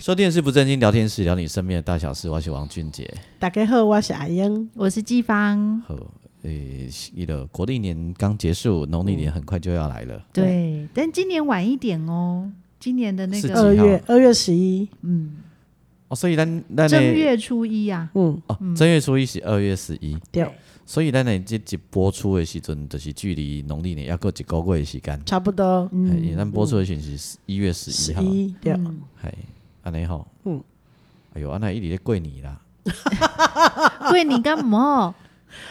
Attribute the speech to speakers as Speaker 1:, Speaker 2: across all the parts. Speaker 1: 收听的是不正经聊天室，聊你身边的大小事。我是王俊杰。
Speaker 2: 大家好，我是阿英。
Speaker 3: 我是季芳，
Speaker 1: 好，诶、一个国历年刚结束，农历年很快就要来了。
Speaker 3: 对，但今年晚一点哦，今年的那
Speaker 1: 是
Speaker 3: 个
Speaker 2: 二
Speaker 1: 几号
Speaker 2: 月二月十一，
Speaker 3: 嗯，
Speaker 1: 哦，所以咱咱
Speaker 3: 正
Speaker 1: 的
Speaker 3: 月初一啊，
Speaker 2: 嗯，
Speaker 1: 哦，正月初一是二月十一，
Speaker 2: 对，
Speaker 1: 所以咱的这集播出的时阵，就是距离农历年要过一个月的时间。
Speaker 2: 差不多
Speaker 1: 嗯，因为
Speaker 3: 嗯，
Speaker 1: 咱播出的时阵是一月十
Speaker 2: 十
Speaker 1: 一号，
Speaker 2: 一，对，
Speaker 3: 嗯
Speaker 1: 系安尼吼。
Speaker 2: 嗯
Speaker 1: 嗯，哎呦，安那一直在过年啦。
Speaker 3: 对你干 嘛？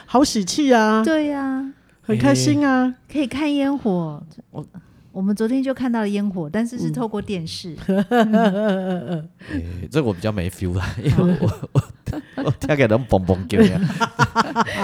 Speaker 2: 好喜气啊，
Speaker 3: 对呀，
Speaker 2: 很开心啊，
Speaker 3: 可以看烟火。我嗯我们昨天就看到了烟火，但是是透过电 视。
Speaker 1: 诶、这个我比较没 feel 啦，因为我我我听给人蹦蹦叫呀。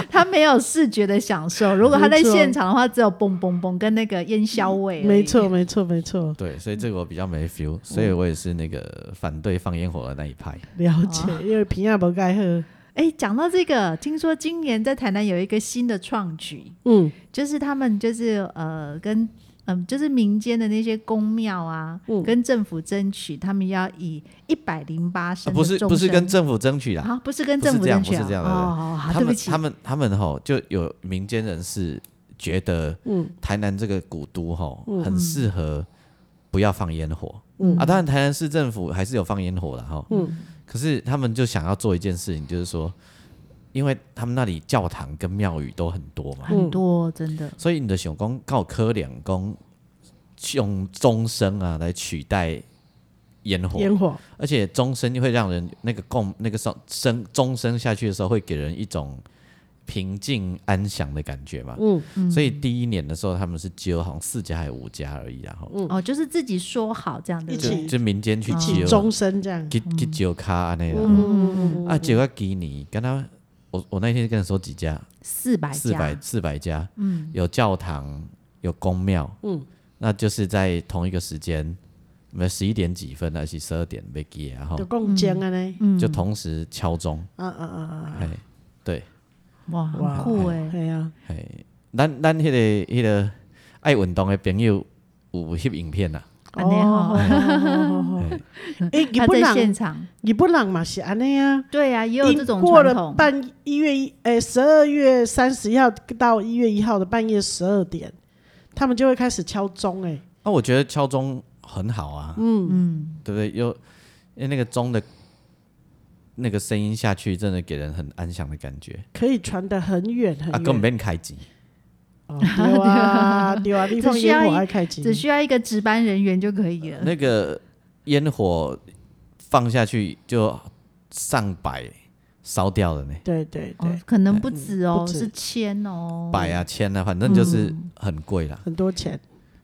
Speaker 3: 他没有视觉的享受，如果他在
Speaker 2: 没错
Speaker 3: 现场的话，只有嘣嘣嘣跟那个烟硝味而
Speaker 1: 哎
Speaker 3: 已。
Speaker 2: 没错，没错，没错，
Speaker 1: 对，所以这个我比较没 feel，所以我也是那个反对放烟火的那一派。
Speaker 2: 了解，因为平安不盖喝，
Speaker 3: 哎，讲到这个，听说今年在台南有一个新的创举，
Speaker 2: 嗯
Speaker 3: 就是他们就是呃跟嗯、就是民间的那些公庙啊，
Speaker 2: 嗯
Speaker 3: 跟政府争取，他们要以一百零八
Speaker 1: 啊、
Speaker 3: 升
Speaker 1: 不是
Speaker 3: 的众
Speaker 1: 不是跟
Speaker 3: 生
Speaker 1: 政府争取啦，
Speaker 3: 啊，不是跟
Speaker 1: 不是
Speaker 3: 政府
Speaker 1: 这样
Speaker 3: 争取、啊，
Speaker 1: 不是这样的
Speaker 3: 哦，好
Speaker 1: 他
Speaker 3: 对不
Speaker 1: 们
Speaker 3: 起，
Speaker 1: 他们他们吼就有民间人士觉得
Speaker 2: 嗯
Speaker 1: 台南这个古都吼、
Speaker 2: 嗯
Speaker 1: 很适合不要放烟火、
Speaker 2: 嗯
Speaker 1: 啊，当然台南市政府还是有放烟火啦。吼，
Speaker 2: 嗯
Speaker 1: 可是他们就想要做一件事情，就是说，因为他们那里教堂跟庙宇都很多
Speaker 2: 嗯
Speaker 1: 嘛，
Speaker 3: 很多真的，
Speaker 1: 所以你的想讲告科两公用钟声啊来取代烟火，
Speaker 2: 烟火，
Speaker 1: 而且钟声会让人那个共那个声声钟声下去的时候，会给人一种平静安详的感觉嘛。
Speaker 2: 嗯
Speaker 1: 所以第一年的时候，他们是揪好像四家还是五家而已，然后
Speaker 3: 哦，就是自己说好这样
Speaker 2: 嗯
Speaker 3: 的，
Speaker 2: 一
Speaker 3: 对不
Speaker 2: 起
Speaker 3: 对
Speaker 1: 就民间
Speaker 3: 嗯
Speaker 1: 去
Speaker 2: 起
Speaker 1: 揪，
Speaker 2: 终身这样，
Speaker 1: 去去揪卡安尼啦。
Speaker 2: 嗯
Speaker 1: 哦啊，结果吉尼跟他，我我那天跟他说几家，
Speaker 3: 四百
Speaker 1: 四
Speaker 3: 家
Speaker 1: 百，四百家，
Speaker 3: 嗯
Speaker 1: 有教堂，有宫庙，
Speaker 2: 嗯
Speaker 1: 那就是在同一个时间，我们十一点几分还是十二点被记然后
Speaker 2: 就共建啊呢，
Speaker 3: 嗯，
Speaker 1: 就同时敲钟，
Speaker 2: 啊啊啊啊
Speaker 1: 哎、对，
Speaker 3: 哇，
Speaker 2: 哇
Speaker 3: 很酷
Speaker 2: 啊，
Speaker 3: 哎，
Speaker 2: 哎呀，
Speaker 1: 哎，咱咱迄、个迄、个爱运动的朋友有翕影片啊啦，
Speaker 3: 安尼
Speaker 2: 哦
Speaker 3: 好，
Speaker 1: 哎
Speaker 2: 哎，
Speaker 3: 他
Speaker 2: 日本
Speaker 3: 在
Speaker 2: 人
Speaker 3: 现场。
Speaker 2: 日本人嘛是安尼啊。
Speaker 3: 对呀、也有这种
Speaker 2: 过
Speaker 3: 传
Speaker 2: 了
Speaker 3: 统。
Speaker 2: 半一月一，诶，十二月三十一号到一月一号的半夜十二点，他们就会开始敲钟、哎诶，
Speaker 1: 那、啊我觉得敲钟很好啊，
Speaker 3: 嗯，
Speaker 1: 对不对？又因为那个钟的。那个声音下去，真的给人很安详的感觉
Speaker 2: 可以传得很远很
Speaker 1: 啊，
Speaker 2: 远。
Speaker 1: 根本不用开机。
Speaker 2: 哦对啊，对啊，地方
Speaker 3: 需要
Speaker 2: 烟火
Speaker 3: 一
Speaker 2: 爱开机，
Speaker 3: 只需要一个值班人员就可以了。
Speaker 1: 那个烟火放下去就上百烧掉了呢，
Speaker 2: 对对对，
Speaker 3: 哦，可能不止哦，
Speaker 2: 不止
Speaker 3: 是千哦，嗯
Speaker 1: 百啊千啊，反正就是很贵啦。
Speaker 2: 很多钱，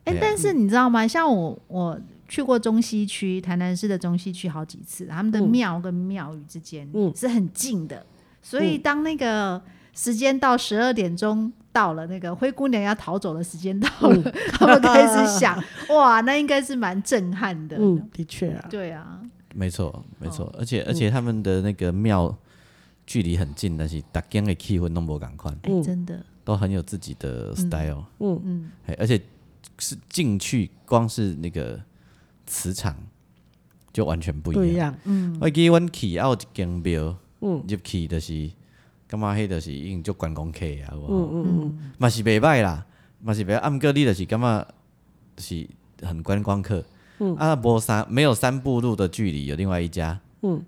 Speaker 3: 哎、
Speaker 1: 哎呀
Speaker 3: 但是
Speaker 2: 嗯
Speaker 3: 你知道吗？像我，我去过中西区，台南市的中西区好几次，他们的
Speaker 2: 嗯
Speaker 3: 庙跟庙宇之间
Speaker 2: 嗯
Speaker 3: 是很近的，所以当那个时间到十二点钟到了，那个灰姑娘要逃走的时间到了，
Speaker 2: 嗯
Speaker 3: 他们开 始想，哇，那应该是蛮震撼的。
Speaker 2: 嗯，的确啊，
Speaker 3: 对啊，
Speaker 1: 没错，没
Speaker 3: 哦
Speaker 1: 错，而且而且他们的那个庙距离很近，但是大家的气氛都不赶快，
Speaker 3: 哎、
Speaker 2: 嗯
Speaker 3: 真的，
Speaker 1: 都很有自己的 style，
Speaker 3: 嗯，
Speaker 1: 哎而且是进去光是那个磁场就完全不
Speaker 2: 不
Speaker 1: 一
Speaker 2: 一
Speaker 1: 样。
Speaker 2: 样，
Speaker 1: 我记阮去还有一间庙，
Speaker 2: 嗯
Speaker 1: 入去就是，感觉迄就是已经足观光客啊，有无
Speaker 2: 嗯嗯嗯，
Speaker 1: 嘛是袂歹啦，嘛是袂歹。啊，毋过你就是感觉就是很观光客，啊，无三没有三步路的距离，有另外一家，
Speaker 2: 嗯，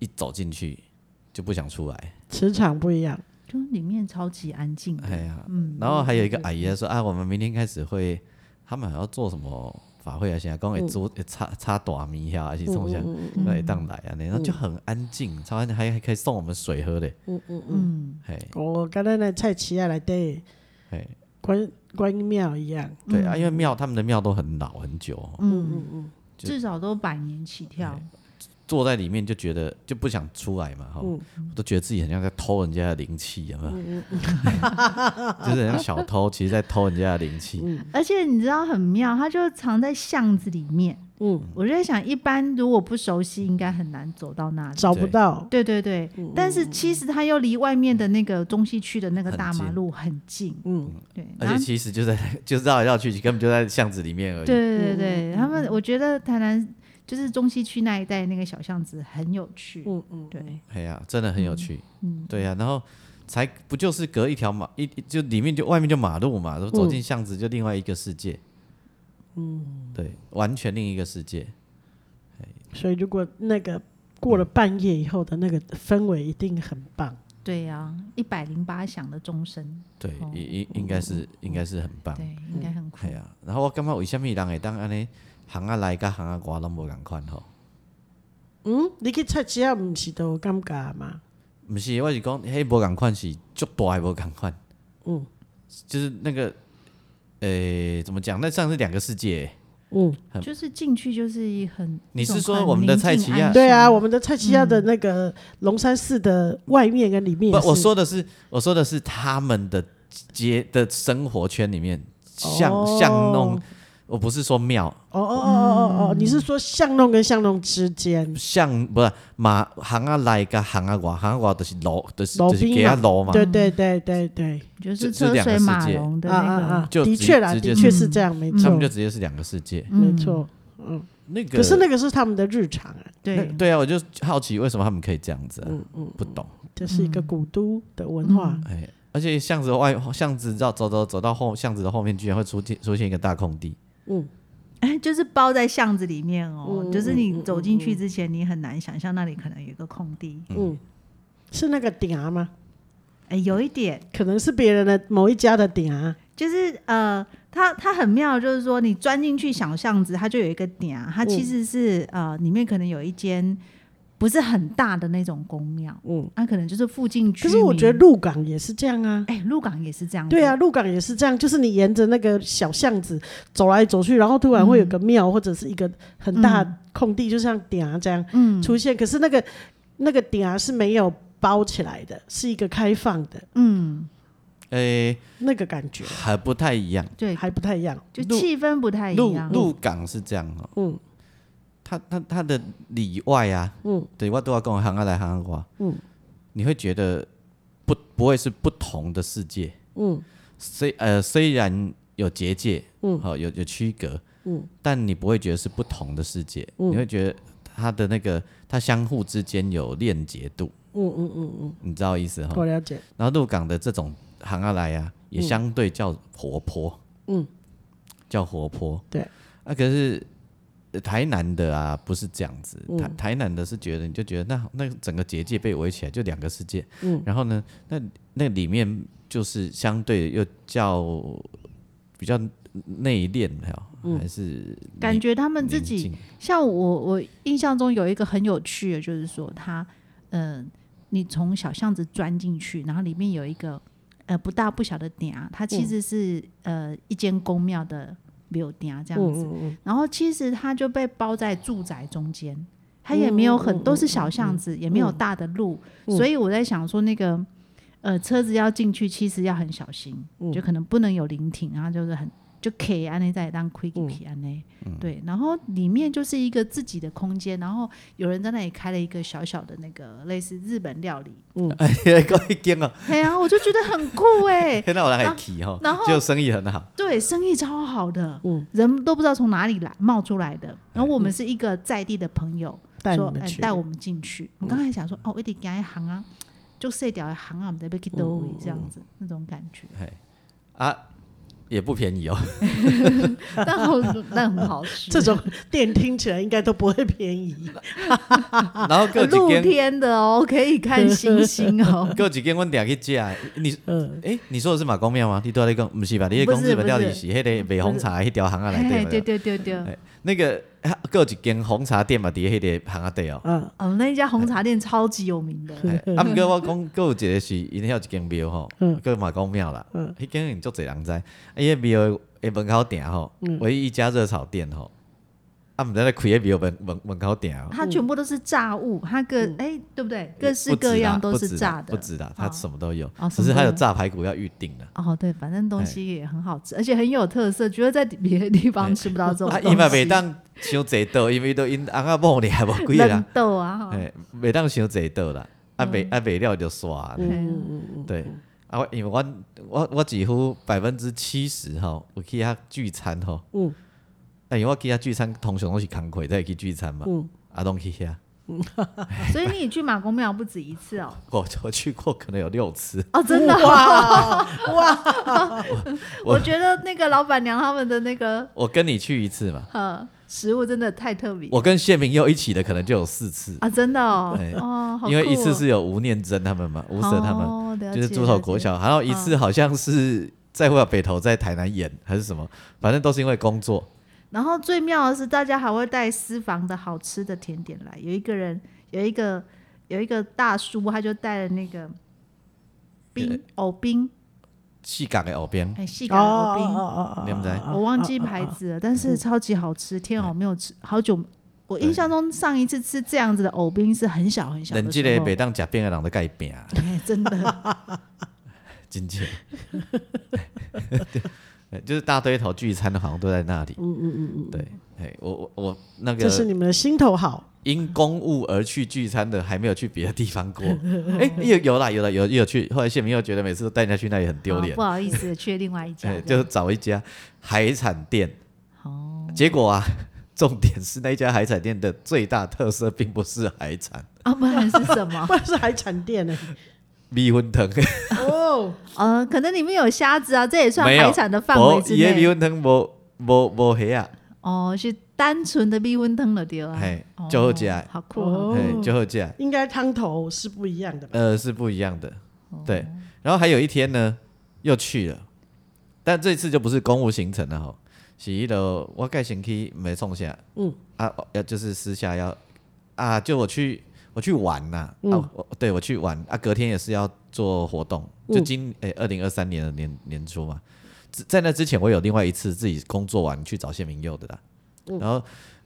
Speaker 1: 一走进去就不想出来，
Speaker 2: 磁场不一样，
Speaker 3: 就里面超级安静的。
Speaker 1: 哎呀，
Speaker 3: 嗯
Speaker 1: 然后还有一个阿姨说啊，我们明天开始会，他们还要做什么法会啊？现在讲
Speaker 3: 嗯
Speaker 1: 会做会插插大米呀，还是什么
Speaker 2: 嗯
Speaker 1: 啥，那会当来啊，然后就很安静，超安静，还还可以送我们水喝嘞，
Speaker 3: 嗯，
Speaker 1: 嘿，
Speaker 2: 我刚才那菜奇亚来对
Speaker 1: 嘿，
Speaker 2: 关关庙一样，
Speaker 3: 嗯
Speaker 1: 对啊，因为庙他们的庙都很老很久哦，
Speaker 2: 嗯嗯嗯，
Speaker 1: 就哎就
Speaker 3: 至少都百年起跳。
Speaker 1: 坐在里面就觉得就不想出来嘛，哈、
Speaker 3: 嗯
Speaker 1: 我都觉得自己很像在偷人家的灵气，有没有？
Speaker 3: 嗯
Speaker 1: 就是很像小偷，其实在偷人家的灵气。
Speaker 3: 而且你知道很妙，它就藏在巷子里面。
Speaker 2: 嗯，
Speaker 3: 我就在想，一般如果不熟悉，应该很难走到那里。
Speaker 2: 找不到，
Speaker 3: 对对对，但是其实它又离外面的那个中西区的那个
Speaker 1: 很
Speaker 3: 大马
Speaker 1: 近
Speaker 3: 路很近。
Speaker 2: 嗯，
Speaker 3: 对，
Speaker 1: 而
Speaker 3: 然后
Speaker 1: 且其实就在 就绕来绕去，根本就在巷子里面而已。
Speaker 3: 对对对，他们我觉得台南就是中西区那一带那个小巷子很有趣。
Speaker 2: 嗯嗯，
Speaker 3: 对，
Speaker 1: 哎呀，真的很有趣。
Speaker 3: 嗯
Speaker 1: 对呀、然后才不就是隔一条马一一就里面就外面就马路嘛，都走
Speaker 2: 嗯
Speaker 1: 进巷子就另外一个世界。嗯，对，完全另一个世界。
Speaker 2: 所以如果那个过了半夜以后的那个氛围一定很棒，
Speaker 3: 对呀，一百零八响的钟声，
Speaker 1: 对，
Speaker 3: 哦
Speaker 1: 应应应该是应该是很棒。
Speaker 3: 对，应该很酷
Speaker 1: 系。啊，然后我感觉为什么人会当安尼行啊来甲行啊外拢无共款吼？
Speaker 2: 嗯，你去菜市啊，唔是都有感觉嘛？
Speaker 1: 毋是，我是讲迄无共款是足大诶无共款。
Speaker 2: 嗯，
Speaker 1: 就是那个，诶、怎么讲？那像是两个世界。
Speaker 2: 嗯，
Speaker 1: 很
Speaker 3: 就是进去就是一很，
Speaker 1: 你是
Speaker 3: 一种
Speaker 1: 说
Speaker 3: 很
Speaker 1: 我们的
Speaker 3: 宁静
Speaker 1: 蔡奇亚
Speaker 3: 安
Speaker 2: 对啊，
Speaker 3: 详
Speaker 2: 我们的菜市啊的那个龙山寺的外面跟里面也
Speaker 1: 不，
Speaker 2: 是，
Speaker 1: 我说的是，我说的是他们的街的生活圈里面，像、
Speaker 2: 哦
Speaker 1: 像弄，我不是说庙，
Speaker 2: 哦哦哦哦哦哦，你是说巷弄跟巷弄之间？
Speaker 1: 像嗯不是马行啊来甲行啊外，行啊外就是路，就是
Speaker 2: 路
Speaker 1: 就是
Speaker 2: 边
Speaker 1: 给他
Speaker 2: 嘛
Speaker 1: 路嘛。
Speaker 2: 啊对对对对对，
Speaker 3: 就是
Speaker 1: 这
Speaker 3: 车
Speaker 1: 这两
Speaker 3: 水
Speaker 1: 个
Speaker 3: 马
Speaker 1: 世界
Speaker 3: 龙的
Speaker 2: 啊啊
Speaker 3: 那个
Speaker 2: 啊，
Speaker 1: 嗯
Speaker 2: 的
Speaker 1: 就直
Speaker 2: 确啦，
Speaker 1: 直接嗯
Speaker 2: 的确是这样，没
Speaker 1: 他
Speaker 2: 错嗯
Speaker 1: 们就，直接是两个世界。
Speaker 2: 没错。
Speaker 1: 那
Speaker 2: 嗯
Speaker 1: 个
Speaker 2: 可是那个是他们的日常啊，
Speaker 1: 那
Speaker 3: 对
Speaker 1: 对啊，我就好奇为什么他们可以这样子、啊，
Speaker 2: 嗯
Speaker 1: 不懂
Speaker 2: 这是一
Speaker 1: 嗯
Speaker 2: 个古都的文化。
Speaker 1: 哎。而且巷子外巷子绕走走走到后巷子的后面，居然会出现出现一个大空地，
Speaker 3: 哎， 就是包在巷子里面
Speaker 2: 嗯
Speaker 3: 哦，就是你走进去之前，你很难想象那里可能有一个空地，
Speaker 2: 嗯，是那个顶啊吗？
Speaker 3: 哎，有一点。
Speaker 2: 可能是别人的某一家的顶啊。
Speaker 3: 就是呃，它它很妙，就是说你钻进去小巷子，它就有一个点啊，它其
Speaker 2: 嗯
Speaker 3: 实是、呃里面可能有一间不是很大的那种宫庙，
Speaker 2: 嗯
Speaker 3: 嗯，它可能就是附近居
Speaker 2: 可
Speaker 3: 民。
Speaker 2: 是我觉得，鹿港也是这样啊。
Speaker 3: 哎、鹿港也是这样，
Speaker 2: 对啊，，鹿港也是这样，就是你沿着那个小巷子走来走去，然后突然会有个庙、或者是一个很大的空地，就像顶啊这样
Speaker 3: 嗯
Speaker 2: 出现。可是那个那个顶啊是没有包起来的，是一个开放的
Speaker 3: 嗯，
Speaker 1: 哎，
Speaker 2: 那个感觉，
Speaker 1: 还不太一样。
Speaker 3: 对，
Speaker 2: 还不太一样。
Speaker 3: 就
Speaker 1: 鹿
Speaker 3: 气氛不太一
Speaker 1: 鹿
Speaker 3: 样。
Speaker 1: 鹿港是这样哦，
Speaker 2: 嗯
Speaker 1: 它它它的里外啊，
Speaker 2: 嗯
Speaker 1: 对我都要跟我行啊来行啊话，嗯，你会觉得不不会是不同的世界，
Speaker 2: 嗯
Speaker 1: 虽呃虽然有结界，
Speaker 2: 嗯
Speaker 1: 嗯，好、有有区隔，
Speaker 2: 嗯
Speaker 1: 嗯，但你不会觉得是不同的世界，
Speaker 2: 嗯
Speaker 1: 你会觉得它的那个它相互之间有链接度，
Speaker 2: 嗯嗯嗯
Speaker 1: 你知道意思
Speaker 2: 嗯，
Speaker 1: 哈
Speaker 2: 我？了解。
Speaker 1: 然后鹿港的这种行啊来啊，也相对较活泼，
Speaker 2: 嗯，
Speaker 1: 较活泼，
Speaker 2: 对。
Speaker 1: 啊，可是呃台南的啊，不是这样子，
Speaker 2: 嗯
Speaker 1: 台台南的是觉得你就觉得那那整个结界被围起来，就两个世界，
Speaker 2: 嗯，
Speaker 1: 然后呢，那那里面就是相对又较比较内敛，还有、还是
Speaker 3: 感
Speaker 1: 宁
Speaker 3: 觉他们自
Speaker 1: 宁
Speaker 3: 己，
Speaker 1: 静
Speaker 3: 像我我印象中有一个很有趣的，就是说它，嗯、你从小巷子钻进去，然后里面有一个呃不大不小的点啊，它其
Speaker 2: 嗯
Speaker 3: 实是、呃一间宫庙的庙点啊这样子。
Speaker 2: 嗯
Speaker 3: 然后其实它就被包在住宅中间，它
Speaker 2: 嗯
Speaker 3: 也没有很、都是小巷子，也没有大的路，所以我在想说那个呃车子要进去，其实要很小心，
Speaker 2: 嗯
Speaker 3: 就可能不能有临停，然后就是很就 K 安内在当 Quick
Speaker 2: 嗯
Speaker 3: K 安内，对，然后里面就是一个自己的空间，然后有人在那里开了一个小小的那个类似日本料理，
Speaker 1: 哎，够一惊哦，
Speaker 3: 哎呀、我就觉得很酷哎、
Speaker 1: 天哪，我来提哈，
Speaker 3: 然后
Speaker 1: 就生意很好，
Speaker 3: 对，生意超好的，
Speaker 2: 嗯
Speaker 3: 人都不知道从哪里来冒出来的。然后我们是一个在地的朋友，
Speaker 2: 带你
Speaker 3: 说
Speaker 2: 们
Speaker 3: 哎
Speaker 2: 去嗯
Speaker 3: 带我们进去。我刚才想说，哦，我得给他行啊，就碎掉行啊，我们得被给兜
Speaker 2: 嗯
Speaker 3: 里这样子那种感觉，
Speaker 1: 哎啊，也不便宜哦。
Speaker 3: 但好 但很好吃。
Speaker 2: 这种店听起来应该都不会便宜。
Speaker 1: 然后各
Speaker 3: 露
Speaker 1: 几间，。
Speaker 3: 天的哦，可以看星星哦
Speaker 1: 各几间阮定去食。你
Speaker 3: 呃
Speaker 2: 嗯，
Speaker 1: 诶，你说的是马公庙吗？你都在讲，不是吧？你在讲
Speaker 3: 不是
Speaker 1: 日本料理
Speaker 3: 不
Speaker 1: 是迄个卖红茶迄条巷啊
Speaker 3: 哎
Speaker 1: 内
Speaker 3: 对
Speaker 1: 底嘛？
Speaker 3: 对对对，
Speaker 1: 哎那个啊各一间红茶店嘛，伫迄个巷啊底哦。
Speaker 2: 啊，
Speaker 3: 哦，那一家红茶店超级有名的，
Speaker 1: 哎啊，毋过我
Speaker 3: 嗯
Speaker 1: 讲，佫有一个是因遐有一间庙吼，佫马公庙啦，迄间
Speaker 3: 嗯
Speaker 1: 足侪人知。啊，迄个庙的门口店吼，唯一一家热炒店吼，啊，毋知咧开迄庙门门门口哦店，
Speaker 3: 它全部都是炸物，它各哎对不对？各式
Speaker 1: 嗯不止
Speaker 3: 各
Speaker 1: 啦
Speaker 3: 样都
Speaker 1: 不
Speaker 3: 是
Speaker 1: 止啦
Speaker 3: 炸的，
Speaker 1: 不止啦，它
Speaker 3: 好
Speaker 1: 什么都有
Speaker 3: 哦，什
Speaker 1: 只
Speaker 3: 么
Speaker 1: 是
Speaker 3: 都
Speaker 1: 它有
Speaker 3: 有
Speaker 1: 炸排骨要预定的。
Speaker 3: 哦，对，反正东
Speaker 1: 哎
Speaker 3: 西也很好吃，而且很有特色，觉得在别的地方
Speaker 1: 哎
Speaker 3: 吃不到这种
Speaker 1: 啊，
Speaker 3: 东西。
Speaker 1: 伊嘛袂当伤坐桌，因为都因翁仔某俩无几个
Speaker 3: 冷
Speaker 1: 人，
Speaker 3: 豆啊，哈
Speaker 1: 哎，袂当伤坐桌啦，啊袂啊袂了就煞呢。
Speaker 3: 嗯
Speaker 1: 对，啊，我因为我我我几乎百分之七十吼，有去遐聚餐吼，
Speaker 2: 嗯
Speaker 1: 啊，因为我去遐聚餐，通常拢是工课才会去聚餐嘛，
Speaker 2: 嗯
Speaker 1: 啊，拢去遐，
Speaker 3: 所以你也去马公庙不止一次 哦。
Speaker 1: 我我去过可能有六次，
Speaker 3: 哦，真的哦、
Speaker 2: 哇 哇，
Speaker 3: 我觉得那个老板娘他们的那个
Speaker 1: 我跟你去一次嘛，
Speaker 3: 呃食物真的太特别
Speaker 1: 我跟谢明佑一起的可能就有四次，
Speaker 3: 啊，真的哦
Speaker 1: 哎，
Speaker 3: 哦，好
Speaker 1: 因为
Speaker 3: 酷
Speaker 1: 一次
Speaker 3: 哦
Speaker 1: 是有吴念真他们嘛，吴舍他们，
Speaker 3: 哦、了
Speaker 1: 就是
Speaker 3: 解
Speaker 1: 猪
Speaker 3: 了
Speaker 1: 头
Speaker 3: 解嗯
Speaker 1: 国小，还有一次好像是在外北投在台南演还是什么，反正都是因为工作，
Speaker 3: 然后最妙的是，大家还会带私房的好吃的甜点来。有一个人，有一个有一个大叔，他就带了那个冰藕冰，
Speaker 1: 戏港的偶编，
Speaker 3: 哎，细
Speaker 2: 哦
Speaker 3: 干藕
Speaker 2: 哦
Speaker 3: 冰，
Speaker 2: 哦哦，
Speaker 1: 你们知
Speaker 3: 我忘记牌子了，但是超级好吃。天啊，我没有吃好久，我印象中上一次吃这样子的藕冰是很小很小
Speaker 1: 人
Speaker 3: 的
Speaker 1: 即
Speaker 3: 时
Speaker 1: 个
Speaker 3: 候，
Speaker 1: 北当食饼的人都改饼。
Speaker 3: 哎真的
Speaker 1: 啊真切，对 就是大堆头聚餐的，好像都在那里。嗯嗯嗯嗯，对，哎，我我我那
Speaker 2: 这是
Speaker 1: 个
Speaker 2: 你们的心头好，
Speaker 1: 因公务而去聚餐的，还没有去别的地方过。哎，有有啦有啦有有去，后来谢明又觉得每次都带人家去那里很丢
Speaker 3: 好
Speaker 1: 脸
Speaker 3: 哦不，好意思，去另外一家
Speaker 1: 哎，
Speaker 3: 这
Speaker 1: 就
Speaker 3: 样。
Speaker 1: 找一家海产店。
Speaker 3: 哦
Speaker 1: 结果啊，重点是那家海产店的最大特色并不是海产，
Speaker 3: 啊，不然是什么
Speaker 2: 不？然是海产店呢。
Speaker 1: 米粉汤。
Speaker 2: 哦，
Speaker 3: 呃，可能里面有虾子啊，这也算
Speaker 1: 没有哦
Speaker 3: 海产的范围之
Speaker 1: 伊的米
Speaker 3: 内。
Speaker 1: 粉汤无无无虾啊，
Speaker 3: 哦，是单纯的避温汤了丢啊。
Speaker 1: 哎
Speaker 3: 哦，
Speaker 1: 就好食的，
Speaker 3: 好酷哦！
Speaker 1: 哎，就好食的。
Speaker 2: 应该汤头是不一样的吧？哦
Speaker 1: 呃，是不一样的。对，然后还有一天呢，又去了，但这次就不是公务行程了吼，是一楼我盖先去没送下，
Speaker 2: 嗯
Speaker 1: 啊，要就是私下要啊，就我去我去玩呐、
Speaker 2: 嗯
Speaker 1: 啊，我对我去玩啊，隔天也是要做活动，就
Speaker 2: 嗯
Speaker 1: 今诶二零二三年的年年初嘛，之在那之前我有另外一次自己工作完去找谢明佑的啦，
Speaker 2: 嗯
Speaker 1: 然后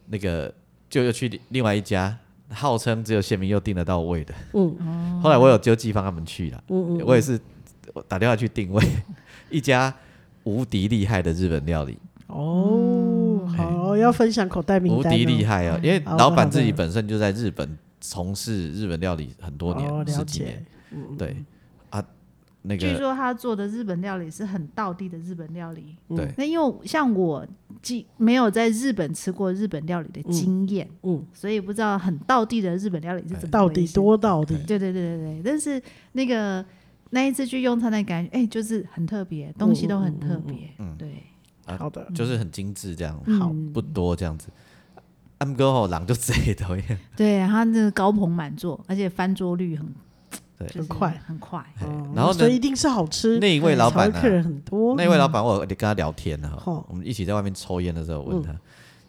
Speaker 1: 那个就又去另外一家。号称只有谢明佑订得到位的，
Speaker 2: 嗯
Speaker 1: 后来我有纠寄放他们去了，
Speaker 2: 嗯嗯，
Speaker 1: 我也是我打电话去定 位一家无敌厉害的日本料理，
Speaker 2: 哦，好，要分享口袋名
Speaker 1: 嗯无
Speaker 2: 单哦，
Speaker 1: 敌厉害哦，因为
Speaker 2: 好的
Speaker 1: 老
Speaker 2: 好
Speaker 1: 板
Speaker 2: 的
Speaker 1: 自己本身就在日本从事日本料理很多
Speaker 2: 哦
Speaker 1: 年，
Speaker 2: 了
Speaker 1: 十几
Speaker 2: 解嗯
Speaker 1: 年，，对啊，那
Speaker 3: 据
Speaker 1: 个
Speaker 3: 说他做的日本料理是很道地的日本料理。
Speaker 2: 嗯
Speaker 1: 对
Speaker 3: 那因为像我既没有在日本吃过日本料理的经验，
Speaker 2: 嗯，
Speaker 3: 所以不知道很道地的日本料理是怎么
Speaker 2: 到
Speaker 3: 回
Speaker 2: 底
Speaker 3: 事。
Speaker 2: 多到底，
Speaker 3: 对对对对对，但是那个那一次去用餐的感觉，哎、就是很特别，东西都很特别，
Speaker 1: 嗯
Speaker 3: 对，
Speaker 1: 啊
Speaker 2: 好的，
Speaker 1: 就是很精致这样，
Speaker 3: 嗯
Speaker 1: 好不多这样子。他们哥吼狼就贼讨厌，
Speaker 3: 对，他那个高朋满座，而且翻桌率很，
Speaker 1: 对
Speaker 3: 就是
Speaker 2: 很快
Speaker 3: 很快，
Speaker 1: 嘿
Speaker 2: 哦
Speaker 1: 然后
Speaker 2: 所
Speaker 1: 呢
Speaker 2: 以一，定是好吃，
Speaker 1: 那一位老板
Speaker 2: 才会
Speaker 1: 呢
Speaker 2: 客人很多，
Speaker 1: 那位老板我有跟他聊天呢
Speaker 2: 哦，
Speaker 1: 我们一起在外面抽烟的时候问他，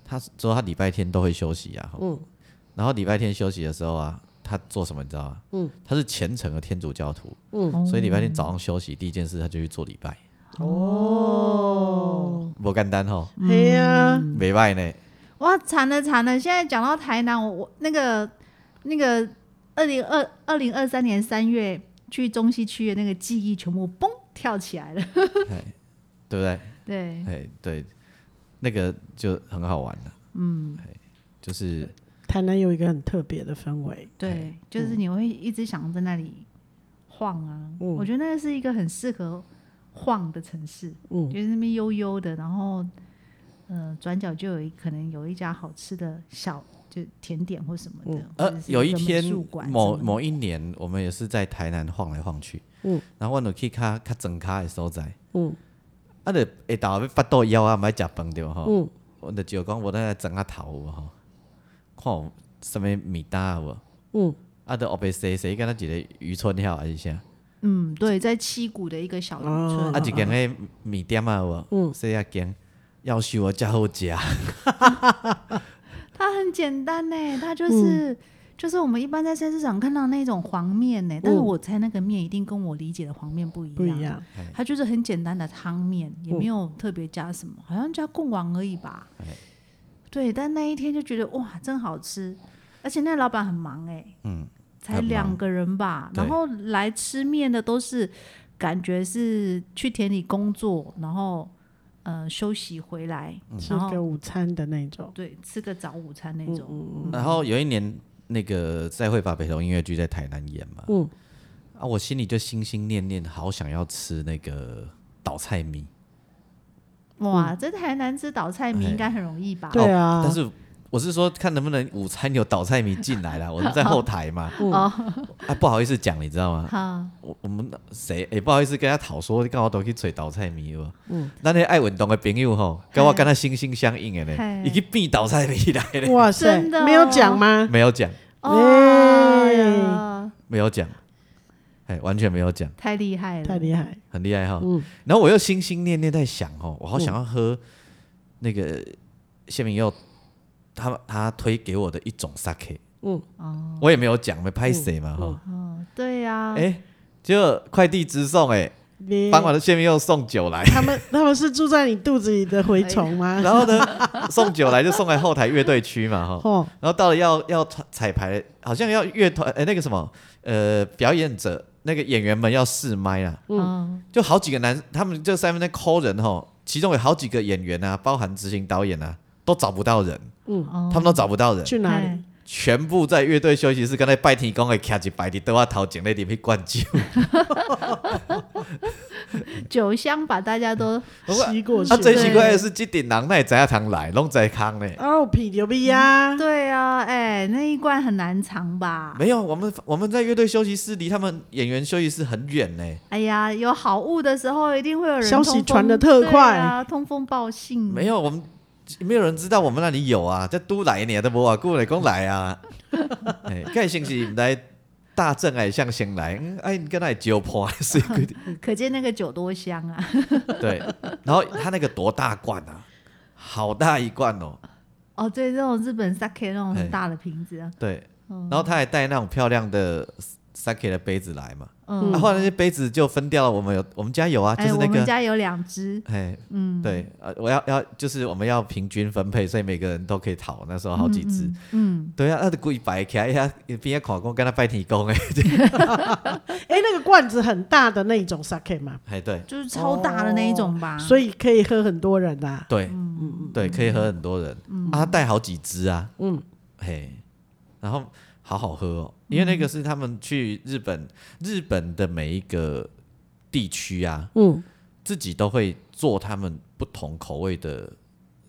Speaker 1: 他说他礼拜天都会休息啊，
Speaker 2: 嗯
Speaker 1: 然后礼拜天休息的时候啊，他做什么你知道吗？嗯，他是虔诚的天主教徒，
Speaker 2: 嗯
Speaker 3: 哦
Speaker 1: 所以礼拜天早上休息第一件事他就去做礼拜，
Speaker 2: 哦，
Speaker 1: 不简单吼，
Speaker 2: 嘿呀，
Speaker 1: 没拜呢，
Speaker 3: 哇，惨了惨了！现在讲到台南，我我那个那个二零二二零二三年三月去中西区的那个记忆全部嘣跳起来了。
Speaker 1: 对不对？
Speaker 3: 对，
Speaker 1: 哎，对，那个就很好玩了，嗯，就是
Speaker 2: 台南有一个很特别的氛围，
Speaker 3: 对，就是你会一直想在那里晃啊。
Speaker 2: 嗯
Speaker 3: 我觉得那是一个很适合晃的城市，
Speaker 2: 嗯
Speaker 3: 就是那边悠悠的，然后呃转角就有一可能有一家好吃的小就甜点或什么的。或
Speaker 1: 呃
Speaker 3: 者，是
Speaker 1: 有
Speaker 3: 个
Speaker 1: 一
Speaker 3: 美
Speaker 1: 天
Speaker 3: 术馆
Speaker 1: 某
Speaker 3: 什么的
Speaker 1: 某一年，我们也是在台南晃来晃去，
Speaker 2: 嗯
Speaker 1: 然后我有去卡卡整卡的所在，
Speaker 2: 嗯
Speaker 1: 啊，就下昼要腹肚枵啊，唔爱食饭对吼，
Speaker 2: 嗯
Speaker 1: 我就就讲我咱来整下头有无吼，看有什么米搭无，
Speaker 2: 嗯，
Speaker 1: 啊，就后边洗洗，敢若一个渔村遐啊还是啥，
Speaker 3: 嗯，对，在七股的一个小渔村，
Speaker 1: 啊，一
Speaker 3: 嗯
Speaker 1: 间迄面店啊有无，洗啊间，要收啊，才好食，
Speaker 3: 它很简单呢、它
Speaker 2: 嗯
Speaker 3: 就是、就是我们一般在菜市场看到那种黄面呢、但是我猜那个面一定跟我理解的黄面不一样，
Speaker 2: 嗯不一，样，嗯
Speaker 3: 它就是
Speaker 2: 哎
Speaker 3: 很简单的汤面，也没有特别加什么，好像加贡丸而已吧。对，但那一天就觉得哇，真好吃，而且那老板很忙哎、
Speaker 1: 嗯，
Speaker 3: 才
Speaker 1: 很忙
Speaker 3: 两个人吧，
Speaker 1: 对
Speaker 3: 然后来吃面的都是感觉是去田里工作，然后呃休息回来，
Speaker 2: 嗯吃
Speaker 3: 然后
Speaker 2: 个午餐的那种。
Speaker 3: 对吃个早午餐那种，
Speaker 2: 嗯
Speaker 1: 然后有一年那个再会吧北投音乐剧在台南演嘛，
Speaker 2: 嗯
Speaker 1: 啊，我心里就心心念念好想要吃那个倒菜米，
Speaker 3: 哇，在台南吃倒菜米
Speaker 1: 哎
Speaker 3: 应该很容易吧？
Speaker 2: 对啊，
Speaker 1: 但是我是说看能不能午餐有倒菜米进 来啦，我们在后台嘛，
Speaker 2: 嗯
Speaker 1: 啊，不好意思讲，你知道吗？
Speaker 3: 哦哈，
Speaker 1: 我我们谁也、不好意思跟他讨说，干嘛都去找倒菜米了。嗯，那那爱运动的朋友吼，跟我跟他心心相印的呢
Speaker 3: 嘿，
Speaker 1: 已经变倒菜米来了，
Speaker 2: 哇塞，
Speaker 3: 真的哦
Speaker 2: 没有讲吗？
Speaker 1: 没有讲，
Speaker 3: 哦
Speaker 2: 哎
Speaker 3: 呀，
Speaker 1: 没有讲，哎，完全没有讲。
Speaker 3: 太厉害
Speaker 2: 太
Speaker 3: 了，
Speaker 2: 厉害，
Speaker 1: 很厉害哈。
Speaker 2: 嗯
Speaker 1: 然后我又心心念念在想哦，我好想要喝那个谢明佑他他推给我的一种 sake，
Speaker 2: 嗯
Speaker 3: 哦，
Speaker 1: 我也没有讲，没拍谁嘛
Speaker 2: 嗯
Speaker 1: 哈。
Speaker 3: 哦，对呀，
Speaker 1: 哎，结果快递直送哎，
Speaker 2: 你
Speaker 1: 傍晚的谢明佑送 酒来，
Speaker 2: 他们他们是住在你肚子里的蛔虫吗？
Speaker 1: 然后呢送酒来就送来后台乐队区嘛哈。
Speaker 2: 哦，
Speaker 1: 然后到了要要彩排，好像要乐团哎那个什么呃表演者那个演员们要试麦啊啦，
Speaker 3: 嗯，
Speaker 1: 就好几个男，他们这三分在抠人吼，其中有好几个演员啊，包含执行导演啊，都找不到人，
Speaker 3: 他
Speaker 2: 嗯
Speaker 1: 他们都找不到人，
Speaker 2: 去哪里？
Speaker 3: 哎
Speaker 1: 全部在乐队休息室跟那拜天公的徛一排伫桌仔头前咧，里面灌酒，
Speaker 3: 酒香把大家都
Speaker 2: 吸过去。
Speaker 1: 啊，最
Speaker 3: 是
Speaker 1: 奇怪的是，这顶人那也知影通来，拢在康呢。
Speaker 2: 哦，屁牛逼呀！
Speaker 3: 对啊，哎，那一罐很难尝吧？
Speaker 1: 没有，我们我们在乐队休息室离他们演员休息室很远呢。
Speaker 3: 哎呀，有好物的时候，一定会有人
Speaker 2: 消息
Speaker 3: 通风
Speaker 2: 传得特快
Speaker 3: 对啊，通风报信。
Speaker 1: 没有，我们没有人知道我们那里有啊，在都来呢，都无啊，故来讲来啊。哎，盖信息来大正哎，向先来，嗯，哎，你跟那里酒破是一个。
Speaker 3: 可见那个酒多香啊！
Speaker 1: 对，然后他那个多大罐啊？好大一罐哦。
Speaker 3: 哦，对，这种日本 sake 那种
Speaker 1: 哎
Speaker 3: 很大的瓶子啊，
Speaker 1: 对，
Speaker 3: 嗯
Speaker 1: 然后他还带那种漂亮的 sake 的杯子来嘛。
Speaker 3: 嗯
Speaker 1: 然，后来那些杯子就分掉了，我们有我们家有啊，啊就
Speaker 3: 哎，
Speaker 1: 是
Speaker 3: 我
Speaker 1: 那
Speaker 3: 们
Speaker 1: 个。
Speaker 3: 家有两只，
Speaker 1: 哎，
Speaker 3: 嗯，
Speaker 1: 对，呃，我要要就是我们要平均分配，所以每个人都可以讨。那时候好几只，
Speaker 3: 嗯，
Speaker 1: 对啊，那故意摆起来，一下边看工跟他拜提供哎，
Speaker 2: 哎，那个罐子很大的那种 sake 嘛，
Speaker 1: 哎对
Speaker 3: 嗯，就是超大的那一种吧。
Speaker 2: 哦所以可以喝很多人啊啦。
Speaker 1: 对，对，可以喝很多人，啊，他带好几支啊，
Speaker 2: 嗯
Speaker 1: 嘿，然后好好喝哦，因为那个是他们去日本，日本的每一个地区啊，
Speaker 2: 嗯
Speaker 1: 自己都会做他们不同口味的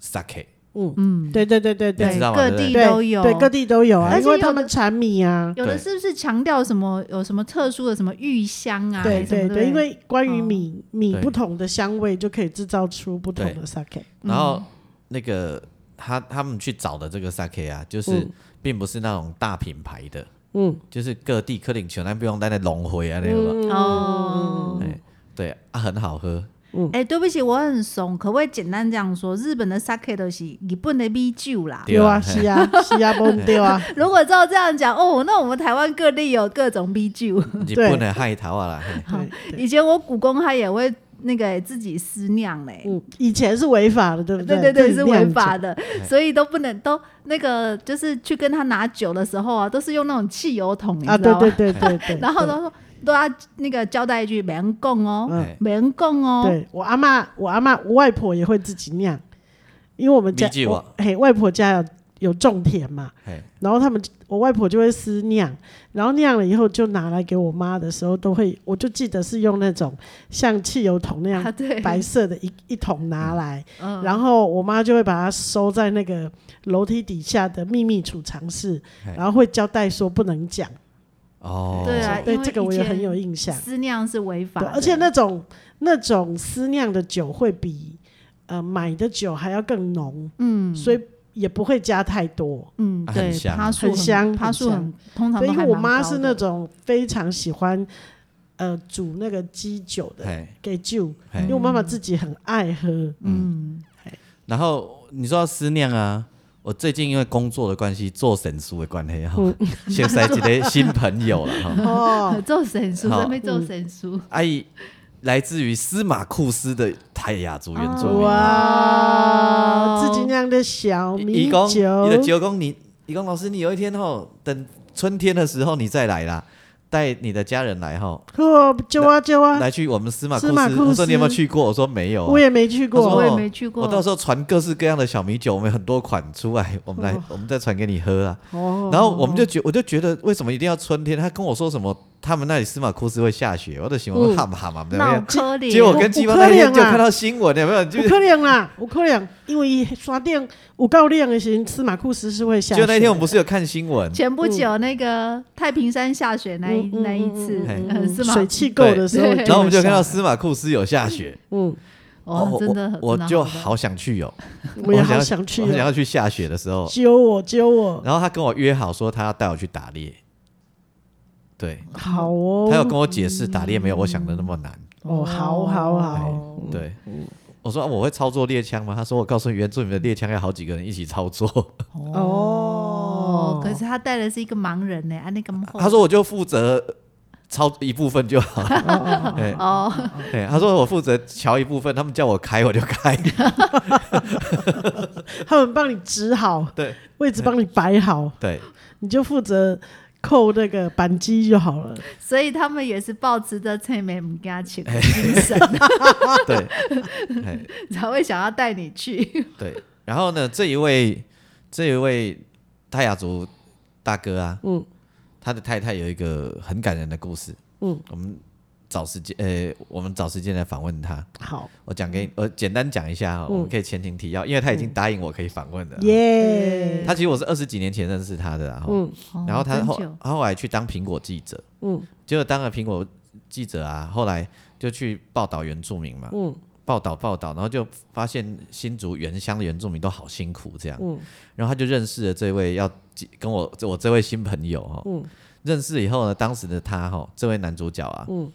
Speaker 1: sake，
Speaker 2: 嗯，
Speaker 3: 嗯，
Speaker 2: 对对对对
Speaker 1: 你知
Speaker 2: 对，
Speaker 1: 道吗
Speaker 3: 各
Speaker 1: 对
Speaker 3: 地
Speaker 2: 对
Speaker 3: 都有，
Speaker 2: 对各地都有啊，
Speaker 3: 而
Speaker 2: 因
Speaker 3: 且
Speaker 2: 为
Speaker 3: 有的
Speaker 2: 他们产米啊，
Speaker 3: 有的是不是强调什么有什么特殊的什么玉香啊？
Speaker 2: 对
Speaker 3: 什
Speaker 2: 对
Speaker 3: 么的
Speaker 2: 对，因为关于
Speaker 3: 哦
Speaker 2: 米米
Speaker 1: 对
Speaker 2: 不同的香味，就可以制造出不同
Speaker 1: 对
Speaker 2: 的 sake。
Speaker 1: 然后那个他他们去找的这个 sake 啊，就是
Speaker 2: 嗯
Speaker 1: 并不是那种大品牌的，
Speaker 2: 嗯，
Speaker 1: 就是各地科林球，但不用带那龙回啊那个吧，
Speaker 2: 嗯
Speaker 3: 哦，
Speaker 1: 哎，对啊，很 好喝，
Speaker 3: 哎、对不起，我很怂，可不可以简单这样说？日本的 sake 都是日本的米酒啦。
Speaker 1: 对
Speaker 2: 有啊，
Speaker 1: 啊嘿
Speaker 2: 是啊，是啊，崩丢啊，
Speaker 3: 如果照这样讲，哦，那我们台湾各地有各种米酒。
Speaker 1: 你不能害桃啊啦，嘿
Speaker 2: 对 对，
Speaker 3: 以前我古公他也会那个、自己私酿嘞、
Speaker 2: 嗯，以前是违法的，对不
Speaker 3: 对
Speaker 2: 嗯对
Speaker 3: 对对，
Speaker 2: 自己
Speaker 3: 是违
Speaker 2: 酿酒
Speaker 3: 法的，所以都不能都那个，就是去跟他拿酒的时候啊，都是用那种汽油桶，你知道
Speaker 2: 啊，
Speaker 3: 吗？
Speaker 2: 对对对对对。
Speaker 3: 然后
Speaker 2: 对
Speaker 3: 都说都要那个交代一句“免供哦，
Speaker 2: 嗯
Speaker 1: 哎
Speaker 3: 免供哦
Speaker 2: 对我阿妈，我阿妈，我外婆也会自己酿，因为我们家
Speaker 1: 理解
Speaker 2: 我
Speaker 1: 我
Speaker 2: 嘿，外婆家有有种田嘛，
Speaker 1: 嘿，
Speaker 2: 然后他们就我外婆就会私酿，然后酿了以后就拿来给我妈的时候，都会我就记得是用那种像汽油桶那”，
Speaker 3: 啊，
Speaker 2: 样
Speaker 3: 对，
Speaker 2: 白色的一一桶拿来，
Speaker 3: 嗯，
Speaker 2: 然后我妈就会把它收在那个楼梯底下的秘密储藏室
Speaker 1: 嘿，
Speaker 2: 然后会交代说不能讲。
Speaker 1: 哦，
Speaker 3: 对啊
Speaker 2: 对
Speaker 3: 因为
Speaker 2: 这个我也
Speaker 3: 以前
Speaker 2: 很有印象。
Speaker 3: 私酿是违法
Speaker 2: 对，
Speaker 3: 的，
Speaker 2: 而且那种那种私酿的酒会比呃买的酒还要更浓，
Speaker 3: 嗯
Speaker 2: 所以也不会加太多。
Speaker 3: 嗯，
Speaker 1: 啊
Speaker 3: 对，
Speaker 1: 很香
Speaker 3: 趴数
Speaker 2: 很香
Speaker 3: 趴数
Speaker 2: 很
Speaker 3: 很通常
Speaker 2: 所以
Speaker 3: 都
Speaker 2: 因
Speaker 3: 还
Speaker 2: 为我
Speaker 3: 蛮
Speaker 2: 妈
Speaker 3: 高
Speaker 2: 是
Speaker 3: 的
Speaker 2: 那种非常喜欢呃煮那个鸡酒的，
Speaker 1: 嘿，
Speaker 2: 给酒，
Speaker 1: 嘿
Speaker 2: 因为我妈妈自己很爱喝。
Speaker 3: 嗯，
Speaker 1: 然后你说到思念啊，我最近因为工作的关系，做神书的关系哈，
Speaker 2: 嗯
Speaker 1: 现在一个新朋友了哈， 啊
Speaker 2: 哦，
Speaker 3: 做神书，
Speaker 2: 嗯
Speaker 1: 好
Speaker 3: 这边做神书，
Speaker 1: 阿姨来自于司马库斯的泰雅族原住民。
Speaker 2: 啊哇，
Speaker 3: 哦
Speaker 2: 自己酿的小米
Speaker 1: 伊讲，伊就
Speaker 2: 酒，
Speaker 1: 九公你，伊讲老师，你有一天吼，等春天的时候你再来啦，带你的家人来吼，
Speaker 2: 哦，酒啊酒啊，
Speaker 1: 来去我们司马库
Speaker 2: 司马库
Speaker 1: 斯。我说
Speaker 2: 斯
Speaker 1: 你有没有去过？我说没有啊。
Speaker 2: 我也没去
Speaker 1: 他
Speaker 2: 过
Speaker 3: 我
Speaker 1: 说，
Speaker 3: 也没去过。
Speaker 1: 哦我到时候传各式各样的小米酒，我们有很多款出来，我们来，我们再传给你喝啊。
Speaker 2: 哦，
Speaker 1: 然后我们就觉，我就觉得为什么一定要春天？他跟我说什么，他们那里司马库斯会下雪，我的形容
Speaker 2: 嗯
Speaker 1: 哈嘛哈嘛，对不
Speaker 3: 那
Speaker 1: 对？
Speaker 3: 可怜，
Speaker 1: 结果跟鸡巴那天就看到新闻，有没有？就
Speaker 2: 啊有可能啦，有可能，因为伊刷店有够亮的时候，司马库斯是会下雪
Speaker 1: 就
Speaker 2: 的。
Speaker 1: 那天我们不是有看新闻，
Speaker 3: 前不久那个太平山下雪那一
Speaker 2: 嗯嗯
Speaker 3: 那一次
Speaker 2: 嗯嗯，
Speaker 3: 呃
Speaker 2: 嗯
Speaker 3: 司马
Speaker 2: 水汽够的时候，
Speaker 3: 对
Speaker 2: 会
Speaker 1: 然后我们就看到
Speaker 2: 下，
Speaker 1: 司马库斯有下雪，
Speaker 2: 嗯，
Speaker 3: 哦，真的
Speaker 1: 我
Speaker 3: 很，
Speaker 1: 我
Speaker 3: 真的
Speaker 1: 就
Speaker 3: 好
Speaker 1: 好想去哦，
Speaker 2: 我也
Speaker 1: 想
Speaker 2: 好
Speaker 1: 要
Speaker 2: 想去
Speaker 1: 我想
Speaker 2: 哦，
Speaker 1: 要去下雪的时候，
Speaker 2: 揪我揪我，
Speaker 1: 然后他跟我约好说他要带我去打猎，对，
Speaker 2: 好
Speaker 1: 嗯他有
Speaker 2: 哦，
Speaker 1: 跟我解释打猎没有我想的那么难，
Speaker 2: 哦，好好好，
Speaker 1: 对。我说、啊我会操作猎枪吗？他说我告诉你，原住民的猎枪要好几个人一起操作。
Speaker 2: 哦
Speaker 3: 哦。可是他带的是一个盲人呢，啊，那个
Speaker 1: 他说我就负责操一部分就好。对
Speaker 3: 哦，
Speaker 1: 对，他说我负责瞧一部分，他们叫我开我就开。
Speaker 2: 他们帮你指好
Speaker 1: 对
Speaker 2: 位置，帮你摆 好，
Speaker 1: 对，
Speaker 2: 你就负责扣那个扳机就好了。
Speaker 3: 所以他们也是抱持着蔡美姆给他请
Speaker 1: 哎
Speaker 3: 的精神，
Speaker 1: 对，哎
Speaker 3: 才会想要带你去。
Speaker 1: 对。然后呢，这一位这一位泰雅族大哥啊，
Speaker 2: 嗯
Speaker 1: 他的太太有一个很感人的故事。
Speaker 2: 嗯，
Speaker 1: 我们找时间，呃，我们找时间来访问他。
Speaker 2: 好，
Speaker 1: 我讲给你，我简单讲一下哈、我们可以前情提要，因为他已经答应我可以访问的。
Speaker 2: 嗯耶，
Speaker 1: 他其实我是二十几年前认识他的啦，然后、
Speaker 2: 嗯
Speaker 1: 然后
Speaker 3: 哦
Speaker 1: 他
Speaker 3: 真
Speaker 1: 后
Speaker 3: 久
Speaker 1: 他后来去当苹果记者，
Speaker 2: 嗯
Speaker 1: 结果当了苹果记者啊，后来就去报道原住民嘛，
Speaker 2: 嗯
Speaker 1: 报道报道，然后就发现新竹原乡的原住民都好辛苦这样，
Speaker 2: 嗯
Speaker 1: 然后他就认识了这位要记跟我我这位新朋友哈、
Speaker 2: 嗯
Speaker 1: 认识以后呢，当时的他哈、这位男主角啊，
Speaker 2: 嗯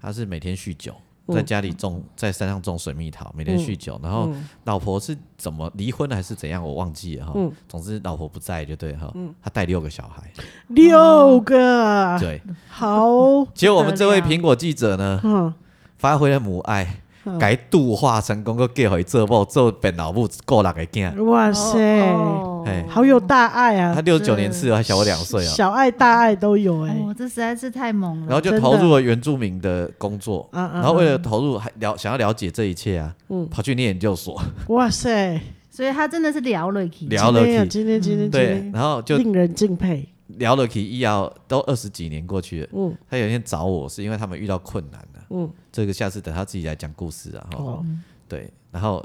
Speaker 1: 他是每天酗酒，
Speaker 2: 嗯
Speaker 1: 在家里种在山上种水蜜桃，每天酗酒，然后老婆是怎么离婚了还是怎样，我忘记了哈、
Speaker 2: 嗯
Speaker 1: 总之老婆不在就对哈、他带六个小孩，
Speaker 2: 六个，
Speaker 1: 对，
Speaker 2: 好，
Speaker 1: 结果我们这位
Speaker 3: 不得了
Speaker 1: 苹果记者呢，
Speaker 2: 嗯，
Speaker 1: 发挥了母爱
Speaker 2: 嗯，
Speaker 1: 改度化成功，个嫁回做某做变老母顾六个囝，
Speaker 2: 哇塞，
Speaker 3: 哦
Speaker 1: 哎
Speaker 2: 好有大爱啊
Speaker 1: 他，六九年次哦还小我两岁哦，
Speaker 2: 小爱大爱都有哎，
Speaker 3: 哦，这实在是太猛了。
Speaker 1: 然后就投入了原住民的工作，
Speaker 2: 啊嗯啊
Speaker 1: 然后为了投入还了想要了解这一切啊，跑去念研究所，
Speaker 2: 哇塞，
Speaker 3: 所以他真的是聊了起，
Speaker 1: 聊了
Speaker 2: 今天啊
Speaker 1: 去，
Speaker 2: 今天今天今
Speaker 1: 对，
Speaker 2: 天
Speaker 1: 然后就
Speaker 2: 令人敬佩，
Speaker 1: 聊了去，医药都二十几年过去了，
Speaker 2: 嗯
Speaker 1: 他有一天找我是因为他们遇到困难了，
Speaker 2: 嗯，
Speaker 1: 这个下次等他自己来讲故事啊，哈，
Speaker 2: 哦，
Speaker 1: 对，然后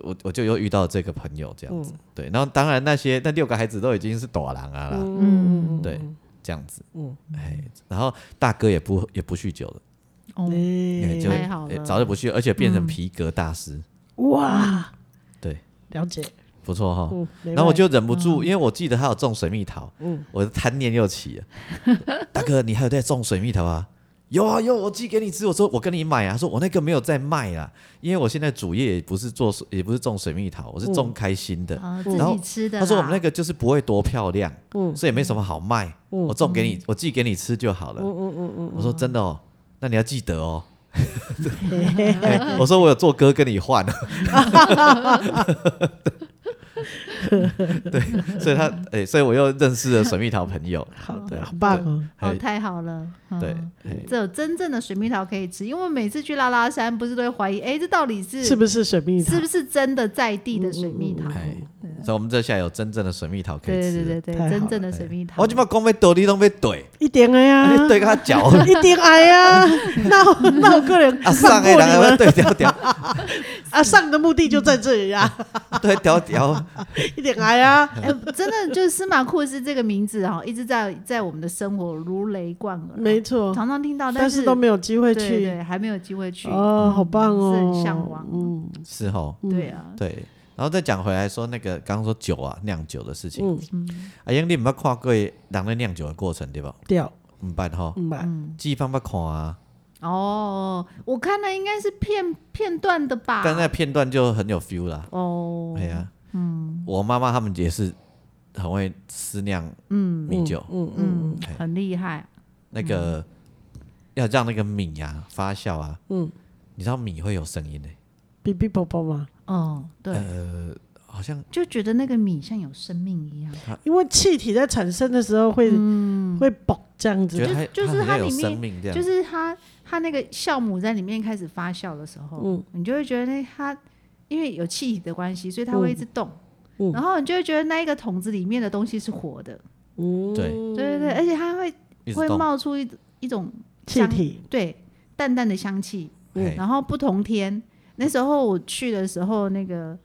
Speaker 1: 我我就又遇到这个朋友这样子，对，然后当然那些那六个孩子都已经是朵狼啊啦，
Speaker 3: 嗯，
Speaker 1: 对，这样子，
Speaker 2: 嗯
Speaker 1: 嗯，哎，然后大哥也不也不酗酒了，
Speaker 3: 哦，
Speaker 1: 哎
Speaker 2: 哎
Speaker 1: 就
Speaker 3: 太好
Speaker 1: 哎
Speaker 3: 了
Speaker 1: 早就不酗，而且变成皮革大师，
Speaker 2: 哇，
Speaker 1: 对，
Speaker 2: 了解，
Speaker 1: 不错哈。
Speaker 2: 嗯，没
Speaker 1: 然哦后我
Speaker 2: 问题
Speaker 1: 就忍不住，因为我记得他有种水蜜桃，
Speaker 2: 嗯
Speaker 1: 我的贪念又起了。 大哥，你还有在种水蜜桃啊？有啊有，我寄给你吃。我说我跟你买啊，他说我那个没有在卖啊，因为我现在主业也不是做水，也不是种水蜜桃，
Speaker 2: 嗯
Speaker 1: 我是种开心的。
Speaker 3: 啊，自
Speaker 1: 然后
Speaker 3: 己吃的啦。
Speaker 1: 他说我们那个就是不会多漂亮，
Speaker 2: 嗯
Speaker 1: 所以没什么好卖，我种给你，我寄给你吃就好了。
Speaker 2: 嗯嗯嗯
Speaker 1: 我说真的哦，那你要记得哦。哎我说我有做歌跟你换，对，所以他哎、所以我又认识了水蜜桃朋友，
Speaker 2: 好
Speaker 3: 嗯
Speaker 2: 的，好棒哦，
Speaker 3: 哦，
Speaker 1: 哎
Speaker 3: 太好了，嗯
Speaker 1: 对，哎
Speaker 3: 这有真正的水蜜桃可以吃，因为每次去拉拉山，不是都会怀疑，哎，这到底是
Speaker 2: 是不是水蜜桃嗯
Speaker 3: 是？不是真的在地的水蜜桃？
Speaker 1: 哎，所以我们这下有真正的水蜜桃可以
Speaker 3: 对
Speaker 1: 吃
Speaker 3: 对对
Speaker 1: 了。
Speaker 3: 对
Speaker 2: 太好
Speaker 3: 对，
Speaker 2: 了哎
Speaker 3: 真正的水蜜桃
Speaker 1: 我。就把光被抖，你都被怼，
Speaker 2: 一点哎 呀，
Speaker 1: 你怼个他脚，
Speaker 2: 一定爱啊！那我那我个人
Speaker 1: 啊
Speaker 2: 放
Speaker 1: 上
Speaker 2: 过
Speaker 1: 哎，
Speaker 2: 你
Speaker 1: 然后
Speaker 2: 们
Speaker 1: 对调调，
Speaker 2: 啊，上的目的就在这里啊，
Speaker 3: 嗯
Speaker 1: 对调调，
Speaker 2: 一定爱啊！
Speaker 3: 哎，真的就是司马库斯这个名字哈，一直在在我们的生活如雷贯耳，
Speaker 2: 没错，
Speaker 3: 常常听到，
Speaker 2: 但
Speaker 3: 是
Speaker 2: 是都没有机会
Speaker 3: 对对，
Speaker 2: 去
Speaker 3: 还没有机会去，
Speaker 2: 哦，好棒哦，
Speaker 3: 是很向往
Speaker 2: 嗯，
Speaker 1: 是吼，
Speaker 3: 对啊，
Speaker 1: 对。然后再讲回来说那个刚刚说酒啊酿酒的事情，
Speaker 2: 嗯，
Speaker 1: 啊，因为你毋捌看过人咧酿酒的过程对吧？
Speaker 2: 掉
Speaker 1: 毋捌吼，
Speaker 2: 买
Speaker 3: 嗯
Speaker 1: 季芳捌看啊，
Speaker 3: 哦，我看了应该是片片段的吧？
Speaker 1: 但那片段就很有 feel 啦。
Speaker 3: 啊哦，
Speaker 1: 哎呀，嗯，我妈妈他们也是很会私酿米酒，
Speaker 2: 嗯嗯
Speaker 3: 嗯，
Speaker 1: 哎
Speaker 3: 很厉害，
Speaker 1: 那个要让那个米啊发酵啊，
Speaker 2: 嗯，
Speaker 1: 你知道米会有声音呢、
Speaker 2: 比比宝宝嘛，
Speaker 3: 哦，对，
Speaker 1: 呃，好像
Speaker 3: 就觉得那个米像有生命一样，
Speaker 2: 因为气体在产生的时候会、
Speaker 3: 嗯
Speaker 2: 会爆这样子
Speaker 1: 觉，得它
Speaker 3: 就是
Speaker 1: 它
Speaker 3: 它
Speaker 1: 很像有
Speaker 3: 里面
Speaker 1: 生命这样，
Speaker 3: 就是它它那个酵母在里面开始发酵的时候，
Speaker 2: 嗯
Speaker 3: 你就会觉得那它因为有气体的关系，所以它会一直动。
Speaker 2: 嗯
Speaker 3: 然后你就会觉得那一个桶子里面的东西是活的，
Speaker 2: 嗯，
Speaker 1: 对
Speaker 3: 对对对，而且它会
Speaker 1: 一直
Speaker 3: 会
Speaker 1: 动，
Speaker 3: 冒出一一种
Speaker 2: 气体，
Speaker 3: 对淡淡的香气，
Speaker 1: 嘿
Speaker 3: 然后不同天，那时候我去的时候，那个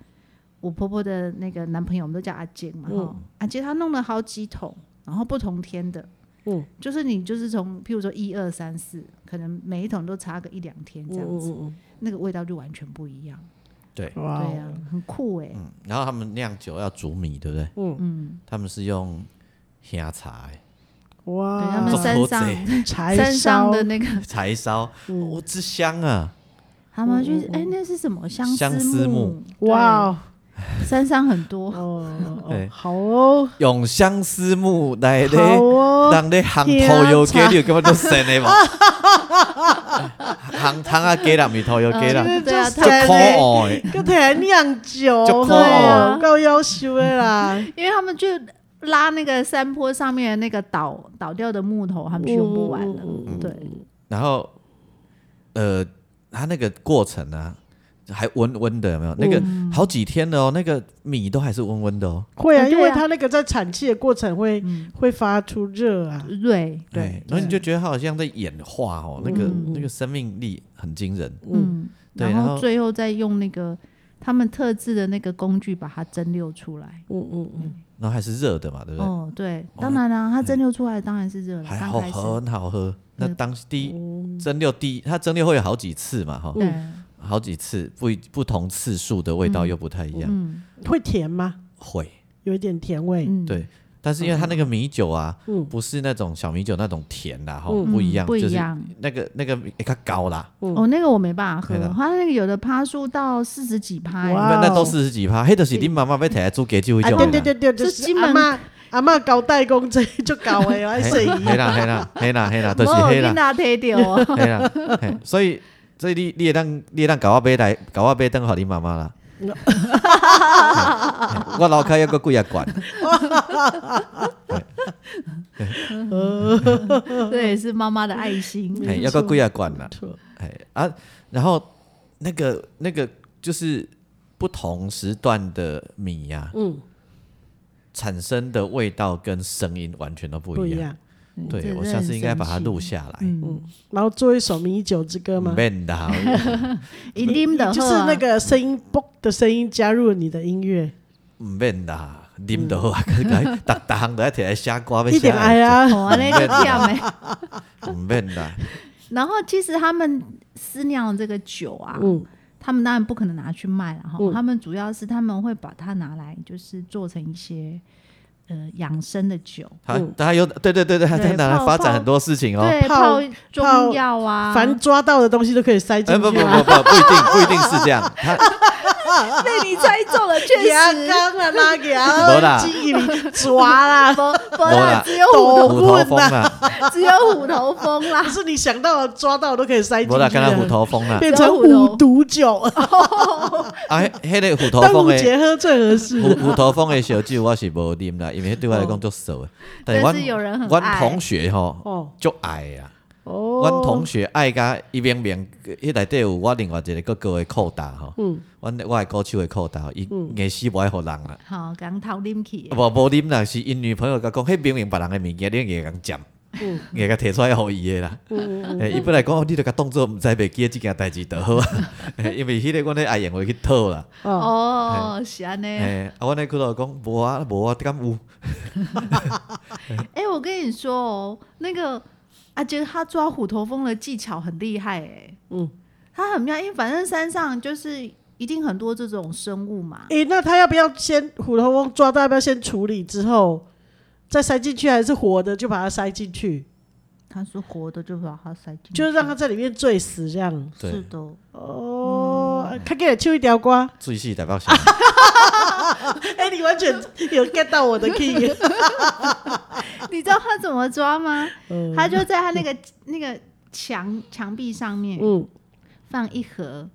Speaker 3: 我婆婆的那个男朋友，我们都叫阿杰嘛，
Speaker 1: 嗯
Speaker 3: 哈、阿杰他弄了好几桶，然后不同天的，
Speaker 2: 嗯，
Speaker 3: 就是你就是从譬如说一二三四，可能每一桶都差个一两天
Speaker 2: 嗯
Speaker 3: 这样
Speaker 1: 嗯
Speaker 3: 子，那个味道就完全不一样，
Speaker 1: 对，
Speaker 2: 哇
Speaker 3: 对
Speaker 2: 哦，
Speaker 3: 啊，很酷哎、
Speaker 1: 嗯，然后他们酿酒要煮米，对不对？嗯嗯，他们是用香茶、欸，
Speaker 3: 对他们
Speaker 1: 这
Speaker 2: 哇，
Speaker 3: 身
Speaker 1: 么多
Speaker 3: 上
Speaker 2: 柴
Speaker 3: 身上
Speaker 2: 烧
Speaker 3: 的那个，
Speaker 1: 柴烧，我之香啊，
Speaker 3: 他们去哎、那是什么相
Speaker 1: 嗯相
Speaker 3: 思
Speaker 1: 思
Speaker 3: 木
Speaker 1: 木？
Speaker 2: 哇哦，
Speaker 3: 对，山上很多，
Speaker 2: 哦，哦
Speaker 1: 对
Speaker 2: 好哦，
Speaker 1: 用相思木
Speaker 3: 哎
Speaker 1: 来
Speaker 2: 好
Speaker 1: 咧，
Speaker 2: 哦，
Speaker 1: 让咧行头油给你，有根本就神的嘛，行汤啊给人，米头油给人，
Speaker 3: 对啊，
Speaker 2: 就是
Speaker 3: 他
Speaker 1: 就
Speaker 2: 对
Speaker 1: 可爱，
Speaker 2: 个台酿酒，
Speaker 1: 就可啊
Speaker 3: 爱
Speaker 2: 哦够优秀的啦，
Speaker 3: 因为他们就拉那个山坡上面的那个倒倒掉的木头，他们就用不完了。
Speaker 1: 嗯
Speaker 3: 对，
Speaker 1: 然后呃，它那个过程啊。还温温的有没有？那个好几天了哦，那个米都还是温温的哦。
Speaker 2: 会啊，
Speaker 3: 嗯对啊
Speaker 2: 因为它那个在产气的过程会会发出热啊，
Speaker 3: 对
Speaker 1: 对
Speaker 3: 对，，
Speaker 1: 然后你就觉得它好像在演化哦，那个那个生命力很惊人。
Speaker 3: 嗯，
Speaker 1: 对
Speaker 3: 然
Speaker 1: 然
Speaker 3: 后
Speaker 1: 后
Speaker 3: 最后再用那个他们特制的那个工具把它蒸馏出来。
Speaker 2: 嗯嗯嗯，
Speaker 1: 然后还是热的嘛，对不对？
Speaker 3: 哦，对，当然啦，它蒸馏出来当然是热了，
Speaker 1: 还
Speaker 3: 刚
Speaker 1: 好
Speaker 3: 开始
Speaker 1: 喝，很好喝。那当时第一蒸馏第一，它蒸馏会有好几次嘛，哈，
Speaker 3: 对，
Speaker 1: 好几次不一不同次数的味道又不太一样，
Speaker 3: 嗯，
Speaker 2: 会甜吗？
Speaker 1: 会
Speaker 2: 有一点甜味，
Speaker 3: 嗯，
Speaker 1: 对。但是因为它那个米酒啊
Speaker 2: 嗯，
Speaker 1: 不是那种小米酒那种甜啦，哈，
Speaker 3: 嗯，
Speaker 1: 不一样，
Speaker 3: 不
Speaker 1: 就
Speaker 3: 一
Speaker 1: 是
Speaker 3: 样。
Speaker 1: 那个那个比较高啦，
Speaker 3: 哦，那个我没办法喝
Speaker 1: 对的，
Speaker 3: 它那个有的趴数到四十几趴欸，
Speaker 2: 哇
Speaker 1: 那那
Speaker 2: 哦
Speaker 1: 都四十几趴，黑的是你妈妈被抬来煮给就一
Speaker 2: 啊，
Speaker 1: 种
Speaker 2: 对对
Speaker 1: 的啦。
Speaker 2: 对对，就
Speaker 3: 这
Speaker 2: 是
Speaker 3: 金
Speaker 2: 阿
Speaker 3: 门
Speaker 2: 妈阿妈搞代工这就搞哎，爱摄影，
Speaker 1: 黑啦黑啦黑啦黑啦，都是
Speaker 3: 我
Speaker 1: 黑
Speaker 3: 有
Speaker 1: 啦
Speaker 3: 听。他推掉 哦，
Speaker 1: 哎呀，嘿所以所以你你会当你会当搞我买来搞我买当互你妈 妈啦。嘿我楼骹还有个几啊 罐，
Speaker 3: 这也是妈妈的爱 心。
Speaker 1: 嘿，要个几啊罐啦
Speaker 2: 没，错
Speaker 1: 哎啊，然后那个那个就是不同时段的米呀、
Speaker 2: 嗯，
Speaker 1: 产生的味道跟声音完全都不
Speaker 2: 不一
Speaker 1: 一样。
Speaker 2: 样。
Speaker 1: 对
Speaker 3: 这
Speaker 1: 我
Speaker 3: 真的
Speaker 1: 下
Speaker 3: 很
Speaker 1: 次应该把它
Speaker 3: 神奇
Speaker 1: 录下来。
Speaker 3: 嗯，
Speaker 2: 然后做一首米酒之歌吗？
Speaker 1: 变的，
Speaker 3: 一定的，
Speaker 2: 就是那个声音嘣的声音加入你的音乐，
Speaker 1: 唔变的， 啉就好 啊！逐逐项都要摕来写歌，要
Speaker 2: 一
Speaker 1: 写
Speaker 2: 点爱啊，
Speaker 3: 哦，那 个跳没。
Speaker 1: 唔变的，
Speaker 3: 然后其实他们私酿这个酒啊，
Speaker 2: 嗯
Speaker 3: 他们当然不可能拿去卖了哈，他们主要是他们会把它拿来就是做成一些呃养生的酒，
Speaker 1: 他他有对对对对，他
Speaker 3: 对
Speaker 1: 他拿来
Speaker 3: 泡
Speaker 1: 发展
Speaker 3: 泡
Speaker 1: 很多事情哦。
Speaker 3: 对，
Speaker 2: 泡
Speaker 3: 泡中药啊，
Speaker 2: 凡抓到的东西都可以塞进
Speaker 1: 哎，
Speaker 2: 去。
Speaker 1: 不不不不，不一定不一定是这样。他
Speaker 3: 被你猜中了， 确
Speaker 2: 牙
Speaker 3: 实。
Speaker 2: 缸啊，拉
Speaker 1: 没啦
Speaker 2: 牙，金鱼抓啦，
Speaker 3: 不不
Speaker 1: 没啦
Speaker 3: 啦，只有
Speaker 2: 抖
Speaker 3: 虎
Speaker 1: 虎头
Speaker 2: 棍
Speaker 1: 风
Speaker 2: 啦，
Speaker 1: 啦，
Speaker 3: 只有虎头蜂啦
Speaker 2: 不，是你想到的抓到的都可以塞进
Speaker 1: 无
Speaker 2: 去
Speaker 1: 啦，
Speaker 2: 的，
Speaker 1: 刚刚虎头风啦。
Speaker 2: 变成五毒酒，
Speaker 1: 啊，迄迄个虎头
Speaker 2: 端
Speaker 1: 风
Speaker 2: 午
Speaker 1: 的
Speaker 2: 节喝最合适。
Speaker 1: 虎虎头风的小酒我是无啉啦，因为对我来讲足熟的。但
Speaker 3: 但
Speaker 1: 阮
Speaker 3: 是有人很
Speaker 1: 阮
Speaker 3: 爱
Speaker 1: 同学吼
Speaker 2: 哦
Speaker 1: 足爱啊，
Speaker 2: 哦，
Speaker 1: 阮同学爱甲伊明明迄内底有我另外一个哥哥的扣打吼，阮我的歌手的扣打，伊硬死无爱互人啦。
Speaker 3: 好，刚偷拎起，
Speaker 1: 啊无无啉啦，是因女朋友甲讲，迄明明别人诶物件，你硬共占，
Speaker 3: 嗯
Speaker 1: 硬甲摕出来互伊诶啦。 诶，伊本来讲，哦你著甲当做毋知袂记诶即件代志著好啊。 嘿因为迄个阮咧爱用会去讨啦。
Speaker 2: 哦，
Speaker 3: 哦，是安尼。
Speaker 1: 诶，啊，阮咧去到讲，无啊，无啊，敢有？
Speaker 3: 哎、我跟你说哦，那个阿杰他抓虎头蜂的技巧很厉害哎、
Speaker 2: 嗯，
Speaker 3: 他很妙，因为反正山上就是一定很多这种生物嘛。
Speaker 2: 诶，那他要不要先虎头蜂抓到？要不要先处理之后再塞进去，还是活的就把它塞进去，
Speaker 3: 他是活的，就把它塞进去，
Speaker 2: 就让它在里面醉死这样？
Speaker 3: 是
Speaker 1: 对，
Speaker 3: 的，
Speaker 2: 哦，看给秋一条瓜，
Speaker 1: 最细代表
Speaker 3: 啊
Speaker 1: 是，
Speaker 2: 哎，你完全有 get 到我的 key，
Speaker 3: 啊你知道他怎么
Speaker 2: 嗯
Speaker 3: 抓吗？他就在他那个那个墙墙壁上面
Speaker 2: 嗯，
Speaker 3: 放一盒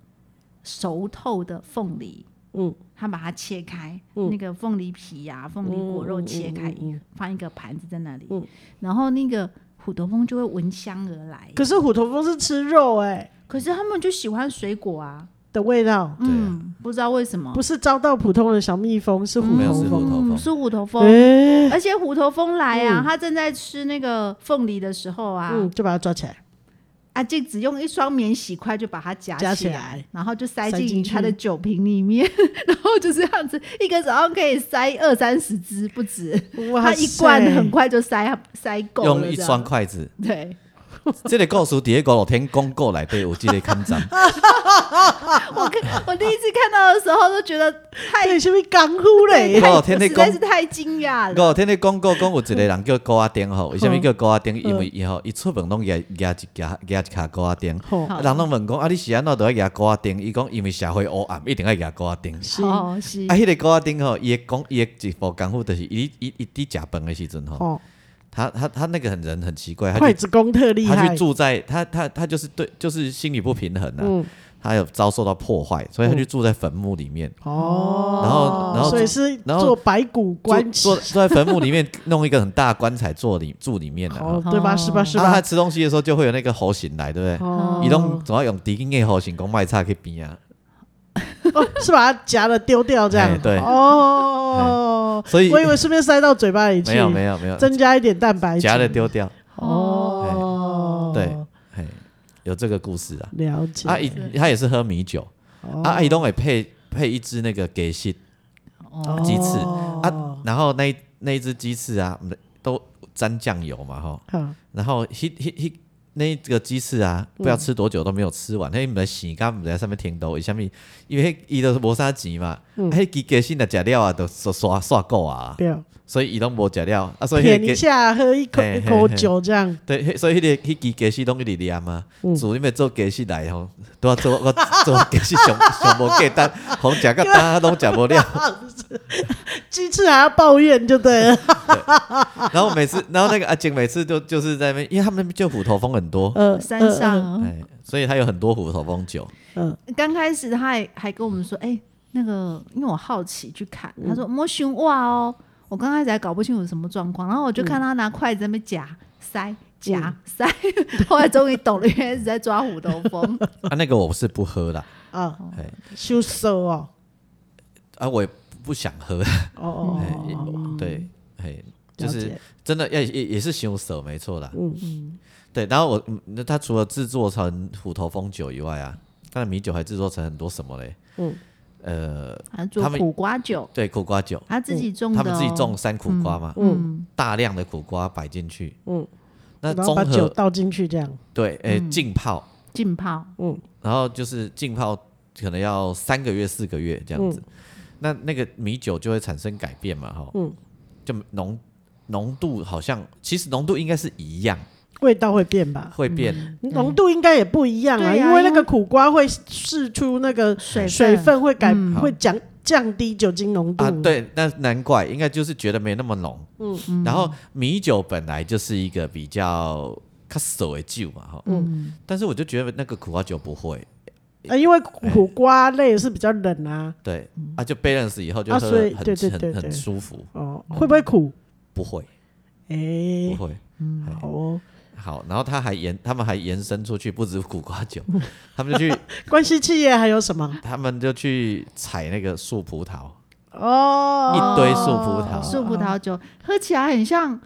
Speaker 3: 熟透的凤梨，
Speaker 2: 嗯，
Speaker 3: 他把它切开，
Speaker 2: 嗯
Speaker 3: 那个凤梨皮呀、凤梨果肉切开，
Speaker 2: 嗯嗯嗯嗯
Speaker 3: 放一个盘子在那里，
Speaker 2: 嗯
Speaker 3: 然后那个虎头蜂就会闻香而来。
Speaker 2: 可是虎头蜂是吃肉哎、
Speaker 3: 可是他们就喜欢水果啊，
Speaker 2: 的味道，
Speaker 1: 对啊
Speaker 3: 嗯，不知道为什么，
Speaker 2: 不是招到普通的小蜜蜂，是虎
Speaker 1: 没有
Speaker 2: 头
Speaker 1: 是虎
Speaker 2: 蜂。
Speaker 1: 头
Speaker 3: 嗯
Speaker 1: 蜂，
Speaker 3: 是虎头蜂，
Speaker 2: 哎、
Speaker 3: 而且虎头蜂来啊，
Speaker 2: 嗯
Speaker 3: 它正在吃那个凤梨的时候啊，
Speaker 2: 嗯，就把它抓起来。
Speaker 3: 啊，就只用一双免洗筷就把它夹
Speaker 2: 夹
Speaker 3: 起
Speaker 2: 起
Speaker 3: 来，
Speaker 2: 来
Speaker 3: 然后就塞
Speaker 2: 塞
Speaker 3: 进
Speaker 2: 进
Speaker 3: 他的
Speaker 2: 去
Speaker 3: 酒瓶里面， 然后就这样子，一个手上可以塞二三十只不止，
Speaker 2: 哇
Speaker 3: 它一罐很快就塞塞够了，
Speaker 1: 用一
Speaker 3: 这样
Speaker 1: 双筷子。
Speaker 3: 对，
Speaker 1: 这个故事第一个天公告来被有这个看 展，
Speaker 3: 啊我看我第一次看到的时候都觉得太
Speaker 2: 对，是不是哎干呼嘞？
Speaker 1: 五天
Speaker 3: 实在
Speaker 1: 的公
Speaker 3: 是嗯太惊讶了，
Speaker 1: 五天的公告讲有一个人叫高阿丁吼，为什么叫高阿丁？因为伊吼伊出门拢举举一举举一卡高阿丁，
Speaker 2: 吼，
Speaker 1: 啊人拢问讲啊你是安怎都要举高阿丁？伊讲因为社会黑暗，一定要举高阿丁。
Speaker 2: 是哦，
Speaker 3: 哦是
Speaker 1: 啊，迄个高阿丁吼，伊的讲伊的一部功夫，就是伊伊伊伫食饭的时阵吼，他他他那个很人很奇怪，他
Speaker 2: 筷
Speaker 1: 哎去
Speaker 2: 子功特厉
Speaker 1: 他
Speaker 2: 害
Speaker 1: 去。住在他他他就是对就是心理不平衡啊，
Speaker 2: 嗯，
Speaker 1: 他有遭受到破坏，所以他就住在坟墓里面。
Speaker 2: 哦，
Speaker 1: 然后然后
Speaker 2: 所以是
Speaker 1: 然后
Speaker 2: 做白骨棺
Speaker 1: 坐
Speaker 2: 材，
Speaker 1: 坐坐在坟墓里面弄一个很大的棺材坐里住里面的、啊
Speaker 2: 哦，。对吧？
Speaker 3: 哦
Speaker 2: 是吧？是
Speaker 1: 然后
Speaker 2: 吧？
Speaker 1: 他吃东西的时候就会有那个猴形来，对不对？
Speaker 2: 哦
Speaker 1: 伊拢总要用低音的猴形讲卖菜去边啊，
Speaker 2: 哦，是把它夹了丢掉这
Speaker 1: 哎
Speaker 2: 样。
Speaker 1: 对哎
Speaker 2: 哦，
Speaker 1: 所以
Speaker 2: 我以为顺便塞到嘴巴里去，
Speaker 1: 没有没有没有，
Speaker 2: 增加一点蛋白质。
Speaker 1: 夹了丢掉，
Speaker 2: 哦，
Speaker 1: 对，嘿，有这个故事啊。
Speaker 2: 了解。
Speaker 1: 阿姨她也是喝米酒，
Speaker 2: 哦
Speaker 1: 啊，阿姨都会配配一只那个给西
Speaker 3: 哦
Speaker 1: 鸡翅
Speaker 2: 哦
Speaker 1: 啊，然后那一那一只鸡翅啊，都沾酱油嘛吼，
Speaker 2: 好
Speaker 1: 然后迄迄迄那个鸡翅啊，不知道吃多久都没有吃完，迄毋知洗干毋知在上面停到，为虾米？因为迄伊都是无啥钱嘛，迄鸡鸡翅若食了啊，都刷刷刷够啊，
Speaker 2: 对，
Speaker 1: 所以伊拢无食了啊，所以
Speaker 2: 舔
Speaker 1: 迄
Speaker 2: 一
Speaker 1: 个
Speaker 2: 下，喝一口一口酒这样。
Speaker 1: 对，迄所以迄个迄鸡鸡翅拢一直念啊，主要要做鸡翅来吼，都要做我做鸡翅上上无价值，互食到单拢食无了。
Speaker 2: 鸡翅还要抱怨就对了。
Speaker 1: 然后每次，然后那个阿景每次就就是在那边，因为他们那边就虎头蜂很多，
Speaker 2: 呃，
Speaker 3: 山上啊
Speaker 1: 哎，所以他有很多虎头蜂酒。
Speaker 2: 嗯，
Speaker 1: 呃
Speaker 3: 刚开始他还还跟我们说，哎、那个，因为我好奇去看，
Speaker 1: 嗯
Speaker 3: 他说摸熊哇哦，我刚开始还搞不清楚什么状况，然后我
Speaker 1: 嗯
Speaker 3: 就看他拿筷子在那边夹塞夹塞， 后来终于懂了，原来是在抓虎头 蜂。
Speaker 1: 啊，那个我是不喝啦，
Speaker 2: 嗯啊
Speaker 1: 哎，
Speaker 2: 羞涩哦，
Speaker 1: 啊，我也不想喝，
Speaker 2: 哦哦
Speaker 1: 哎
Speaker 2: 哦，哦，
Speaker 1: 对，哎，就
Speaker 2: 了
Speaker 1: 是
Speaker 2: 解
Speaker 1: 真的要也也是凶手，没错啦。
Speaker 2: 嗯
Speaker 3: 嗯，
Speaker 1: 对，然后我嗯那他除了制作成虎头蜂酒以外啊，他的米酒还制作成很多什么嘞？
Speaker 2: 嗯，
Speaker 1: 呃，
Speaker 3: 他做
Speaker 1: 他们
Speaker 3: 苦瓜酒，
Speaker 1: 对，苦瓜酒，
Speaker 3: 他自己种
Speaker 2: 哦
Speaker 3: 的、哦
Speaker 1: 他们自己种，山苦瓜嘛，
Speaker 3: 嗯，
Speaker 1: 大量的苦瓜摆进去，
Speaker 2: 嗯，
Speaker 1: 那
Speaker 2: 然后
Speaker 1: 综
Speaker 2: 把酒嗯
Speaker 1: 合
Speaker 2: 倒进去这样，
Speaker 1: 对，哎，浸泡。
Speaker 3: 浸泡，
Speaker 1: 然后就是浸泡可能要三个月、四个月这样子，那那个米酒就会产生改变嘛，哈，
Speaker 2: 嗯
Speaker 1: 就浓浓度好像其实浓度应该是一样，
Speaker 2: 味道会变吧？
Speaker 3: 嗯
Speaker 1: 会变，
Speaker 2: 浓度应该也不一样啊，
Speaker 3: 对啊
Speaker 2: 因为那个苦瓜会释出那个
Speaker 3: 水分
Speaker 2: 水分，会改
Speaker 3: 嗯
Speaker 2: 会降降低酒精浓度
Speaker 1: 啊，。对，那难怪应该就是觉得没那么浓，嗯，然后米酒本来就是一个比较较涩的酒嘛，哈，
Speaker 3: 嗯，
Speaker 1: 但是我就觉得那个苦瓜酒不会，
Speaker 2: 啊，因为苦瓜类是比较冷啊，
Speaker 1: 对，啊，就 balance 以后就
Speaker 2: 啊
Speaker 1: 喝
Speaker 2: 所以
Speaker 1: 很
Speaker 2: 对对对
Speaker 1: 很
Speaker 2: 对
Speaker 1: 很舒服，
Speaker 2: 哦，
Speaker 1: 嗯
Speaker 2: 会不会苦？
Speaker 1: 不会不
Speaker 2: 哎，
Speaker 1: 会，
Speaker 2: 好哦，
Speaker 1: 好，然后他还延，他们还延伸出去，不止苦瓜酒，
Speaker 2: 嗯
Speaker 1: 他们就去，
Speaker 2: 关系企业还有什么？
Speaker 1: 他们就去采那个树葡萄，
Speaker 2: 哦，
Speaker 1: 一堆树葡萄
Speaker 3: 素葡萄酒喝起来很像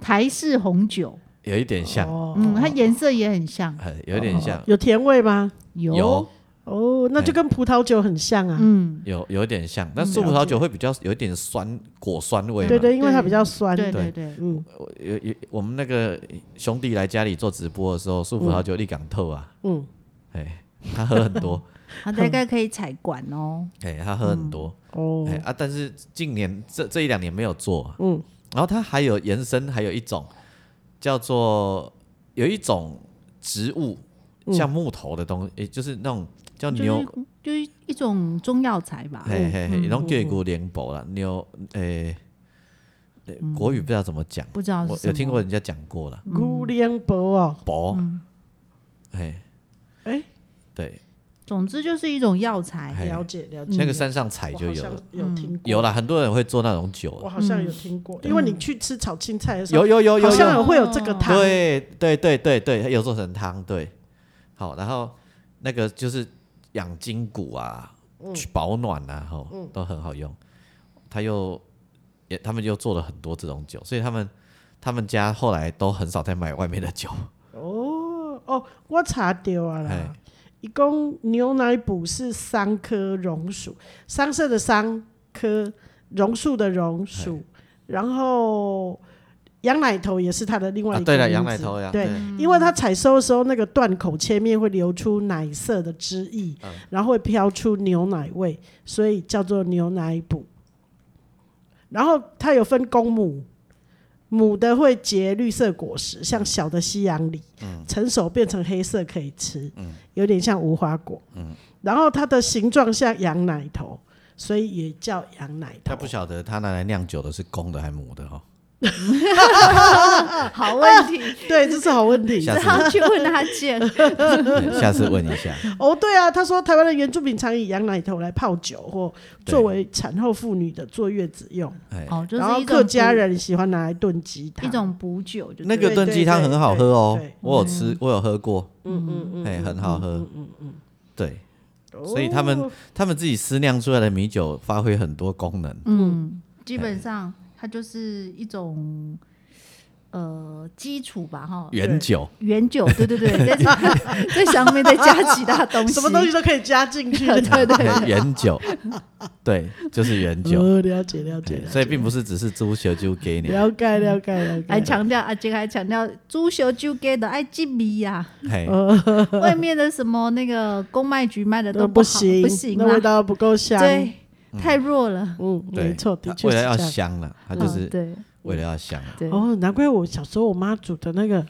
Speaker 3: 台式红酒，
Speaker 1: 有一点像，
Speaker 2: 哦
Speaker 3: 嗯，它颜色也很像，
Speaker 1: 呃有一点像，
Speaker 2: 有甜味吗？
Speaker 1: 有
Speaker 2: 哦，那就跟葡萄酒很像啊。
Speaker 3: 嗯，
Speaker 1: 有有一点像，但树葡萄酒会比较有一点酸果酸味嘛。
Speaker 2: 嗯对对，因为它比较酸。
Speaker 3: 对对
Speaker 1: 对
Speaker 3: 对，
Speaker 2: 嗯，
Speaker 1: 我有有我们那个兄弟来家里做直播的时候，树葡萄酒立港透啊，
Speaker 2: 嗯，
Speaker 1: 哎，他喝很多，
Speaker 3: 它大概可以采管哦。
Speaker 1: 哎，他喝很多，
Speaker 2: 哦，
Speaker 1: 哎啊，但是近年这这一两年没有做，啊
Speaker 2: 嗯，
Speaker 1: 然后它还有延伸，还有一种叫做有一种植物，
Speaker 2: 嗯
Speaker 1: 像木头的东西，也就是那种叫牛，
Speaker 3: 就是就是一种中药材吧。
Speaker 1: 嘿嘿
Speaker 2: 嗯
Speaker 1: 嘿，然后叫古莲柏啦，牛，诶，呃
Speaker 2: 嗯
Speaker 1: 国语不知道怎么讲，
Speaker 3: 不知道
Speaker 1: 我
Speaker 3: 是
Speaker 1: 有听过人家讲过了，
Speaker 2: 孤零薄哦，
Speaker 1: 柏，嘿，
Speaker 2: 哎，
Speaker 1: 对，
Speaker 3: 总之就是一种药材。
Speaker 1: 嘿
Speaker 2: 了解了解，
Speaker 1: 那个山上采
Speaker 2: 嗯我
Speaker 1: 就
Speaker 2: 好
Speaker 1: 有
Speaker 2: 像
Speaker 1: 了，嗯
Speaker 2: 有听过，
Speaker 1: 有啦，很多人会做那种
Speaker 2: 我
Speaker 1: 酒，啊
Speaker 2: 好像有听过，因为你去吃炒青菜的时
Speaker 1: 有
Speaker 2: 候，
Speaker 1: 有有有
Speaker 2: 好像
Speaker 1: 有，
Speaker 2: 有会有这个汤，
Speaker 1: 对对对对对，有做成汤，对，好，然后那个就是养筋骨啊，去保暖啊，吼，都很好用。他又也他们又做了很多这种酒，所以他们他们家后来都很少再买外面的酒，
Speaker 2: 哦哦，我查到啊
Speaker 1: 哎
Speaker 2: 啦，一共牛奶补是三棵榕树，桑葚的桑棵，榕树的榕树，然后羊奶头也是它的另外
Speaker 1: 啊，
Speaker 2: 一个
Speaker 1: 对了，
Speaker 2: 名
Speaker 1: 羊奶
Speaker 2: 字
Speaker 1: 头呀，
Speaker 2: 对，因为它采收的时候，那个断口切面会流出奶色的汁液，然后会飘出牛奶味，所以叫做牛奶补。然后它有分公母，母的会结绿色果实，像小的西洋梨，成熟变成黑色可以吃，有点像无花果。然后它的形状像羊奶头，所以也叫羊奶头
Speaker 1: 他。不晓得他拿来酿酒的是公的还是母的哦，
Speaker 2: 嗯
Speaker 3: 好问 题，
Speaker 2: 对，这是好问题。
Speaker 1: 下
Speaker 3: 啊只
Speaker 1: 次
Speaker 3: 好去问他 姐。
Speaker 1: 对下次问一下。
Speaker 2: 哦，对啊，他说台湾的原住民常以羊奶头来泡酒，或
Speaker 1: 对
Speaker 2: 作为产后妇女的坐月子用。
Speaker 1: 哎，
Speaker 3: 哦，就是
Speaker 2: 然后
Speaker 3: 一种
Speaker 2: 客家
Speaker 3: 补
Speaker 2: 人喜欢拿来炖鸡汤，
Speaker 3: 一种补酒，就
Speaker 1: 那
Speaker 3: 对
Speaker 1: 个
Speaker 3: 了
Speaker 1: 炖鸡汤很好喝哦
Speaker 2: 对对对，
Speaker 1: 我有吃，我有喝过，
Speaker 2: 嗯嗯嗯，
Speaker 1: 哎，很好喝，对。
Speaker 2: 哦
Speaker 1: 所以他们他们自己私酿出来的米酒发挥很多功能，
Speaker 3: 嗯，基本上它就是一种呃基础吧，哈，
Speaker 1: 原酒
Speaker 3: 原酒，对对对，在 这在上面再加其他东西，
Speaker 2: 什么东西都可以加进去
Speaker 3: 对对对，
Speaker 1: 对 原酒，对，就是原酒，
Speaker 2: 哦，了解了解，
Speaker 1: 所以并不是只是猪血就给你，
Speaker 2: 了解了解了
Speaker 3: 还
Speaker 2: 解。
Speaker 3: 强调啊，这个还强调猪小酒给的爱忌米呀，
Speaker 2: 嗯
Speaker 1: 嘿，
Speaker 3: 外面的什么那个公卖局卖的都
Speaker 2: 不
Speaker 3: 不好
Speaker 2: 行，
Speaker 3: 不行
Speaker 2: 那味
Speaker 3: 啦，
Speaker 2: 道不够香。
Speaker 3: 对，太弱了，
Speaker 2: 嗯，
Speaker 1: 对，
Speaker 2: 没错，的
Speaker 1: 它
Speaker 2: 确
Speaker 1: 为
Speaker 2: 是
Speaker 1: 了
Speaker 2: 这
Speaker 1: 要
Speaker 2: 样。
Speaker 1: 香了，它
Speaker 3: 嗯
Speaker 1: 就是
Speaker 3: 对
Speaker 1: 为了要香，
Speaker 3: 对，
Speaker 2: 哦，难怪我小时候我妈煮的那个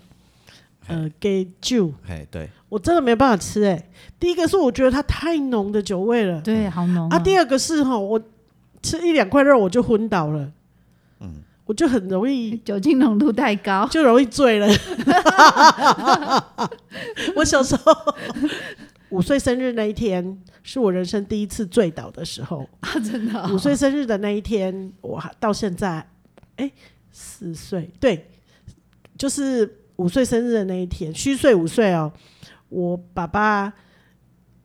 Speaker 2: 呃给酒，
Speaker 1: 嘿，对，
Speaker 2: 我真的没办法吃哎、第一个是我觉得它太浓的酒味了，
Speaker 3: 对，好浓
Speaker 2: 啊，第二个是哈，我吃一两块肉我就昏倒了，我就很容易
Speaker 3: 酒精浓度太高，
Speaker 2: 就容易醉了。 我小时候五岁生日那一天是我人生第一次醉倒的时候，
Speaker 3: 啊真的哦
Speaker 2: 五岁生日的那一天，我还到现在，哎，四岁，对，就是五岁生日的那一天，虚岁五岁哦，我爸爸，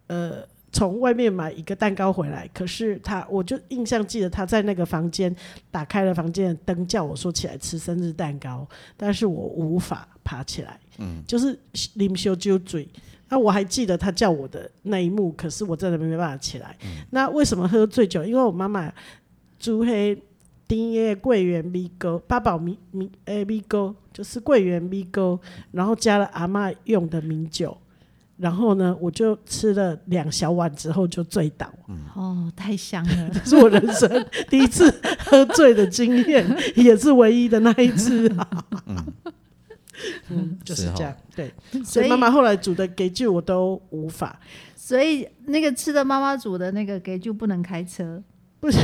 Speaker 2: 呃。从外面买一个蛋糕回来，可是他，我就印象记得他在那个房间打开了房间的灯，叫我说起来吃生日蛋糕，但是我无法爬起来，嗯，就是啉修酒醉。那我还记得他叫我的那一幕，可是我真的没办法起来。那为什么喝醉酒？因为我妈妈煮黑丁叶桂圆米糕，八宝米米诶米糕，就是桂圆米糕，然后加了阿嬷用的米酒，然后呢，我就吃了两小碗之后就醉倒，
Speaker 3: 哦，太香了，
Speaker 2: 这是我人生第一次喝醉的经验，也是唯一的那一次、啊。 嗯，就是
Speaker 1: 是哦
Speaker 2: 这样，对， 所
Speaker 3: 所
Speaker 2: 以
Speaker 3: 以
Speaker 2: 妈妈后来煮的给剧我都无法，
Speaker 3: 所以那个吃的妈妈煮的那个给就不能开车，
Speaker 2: 不行，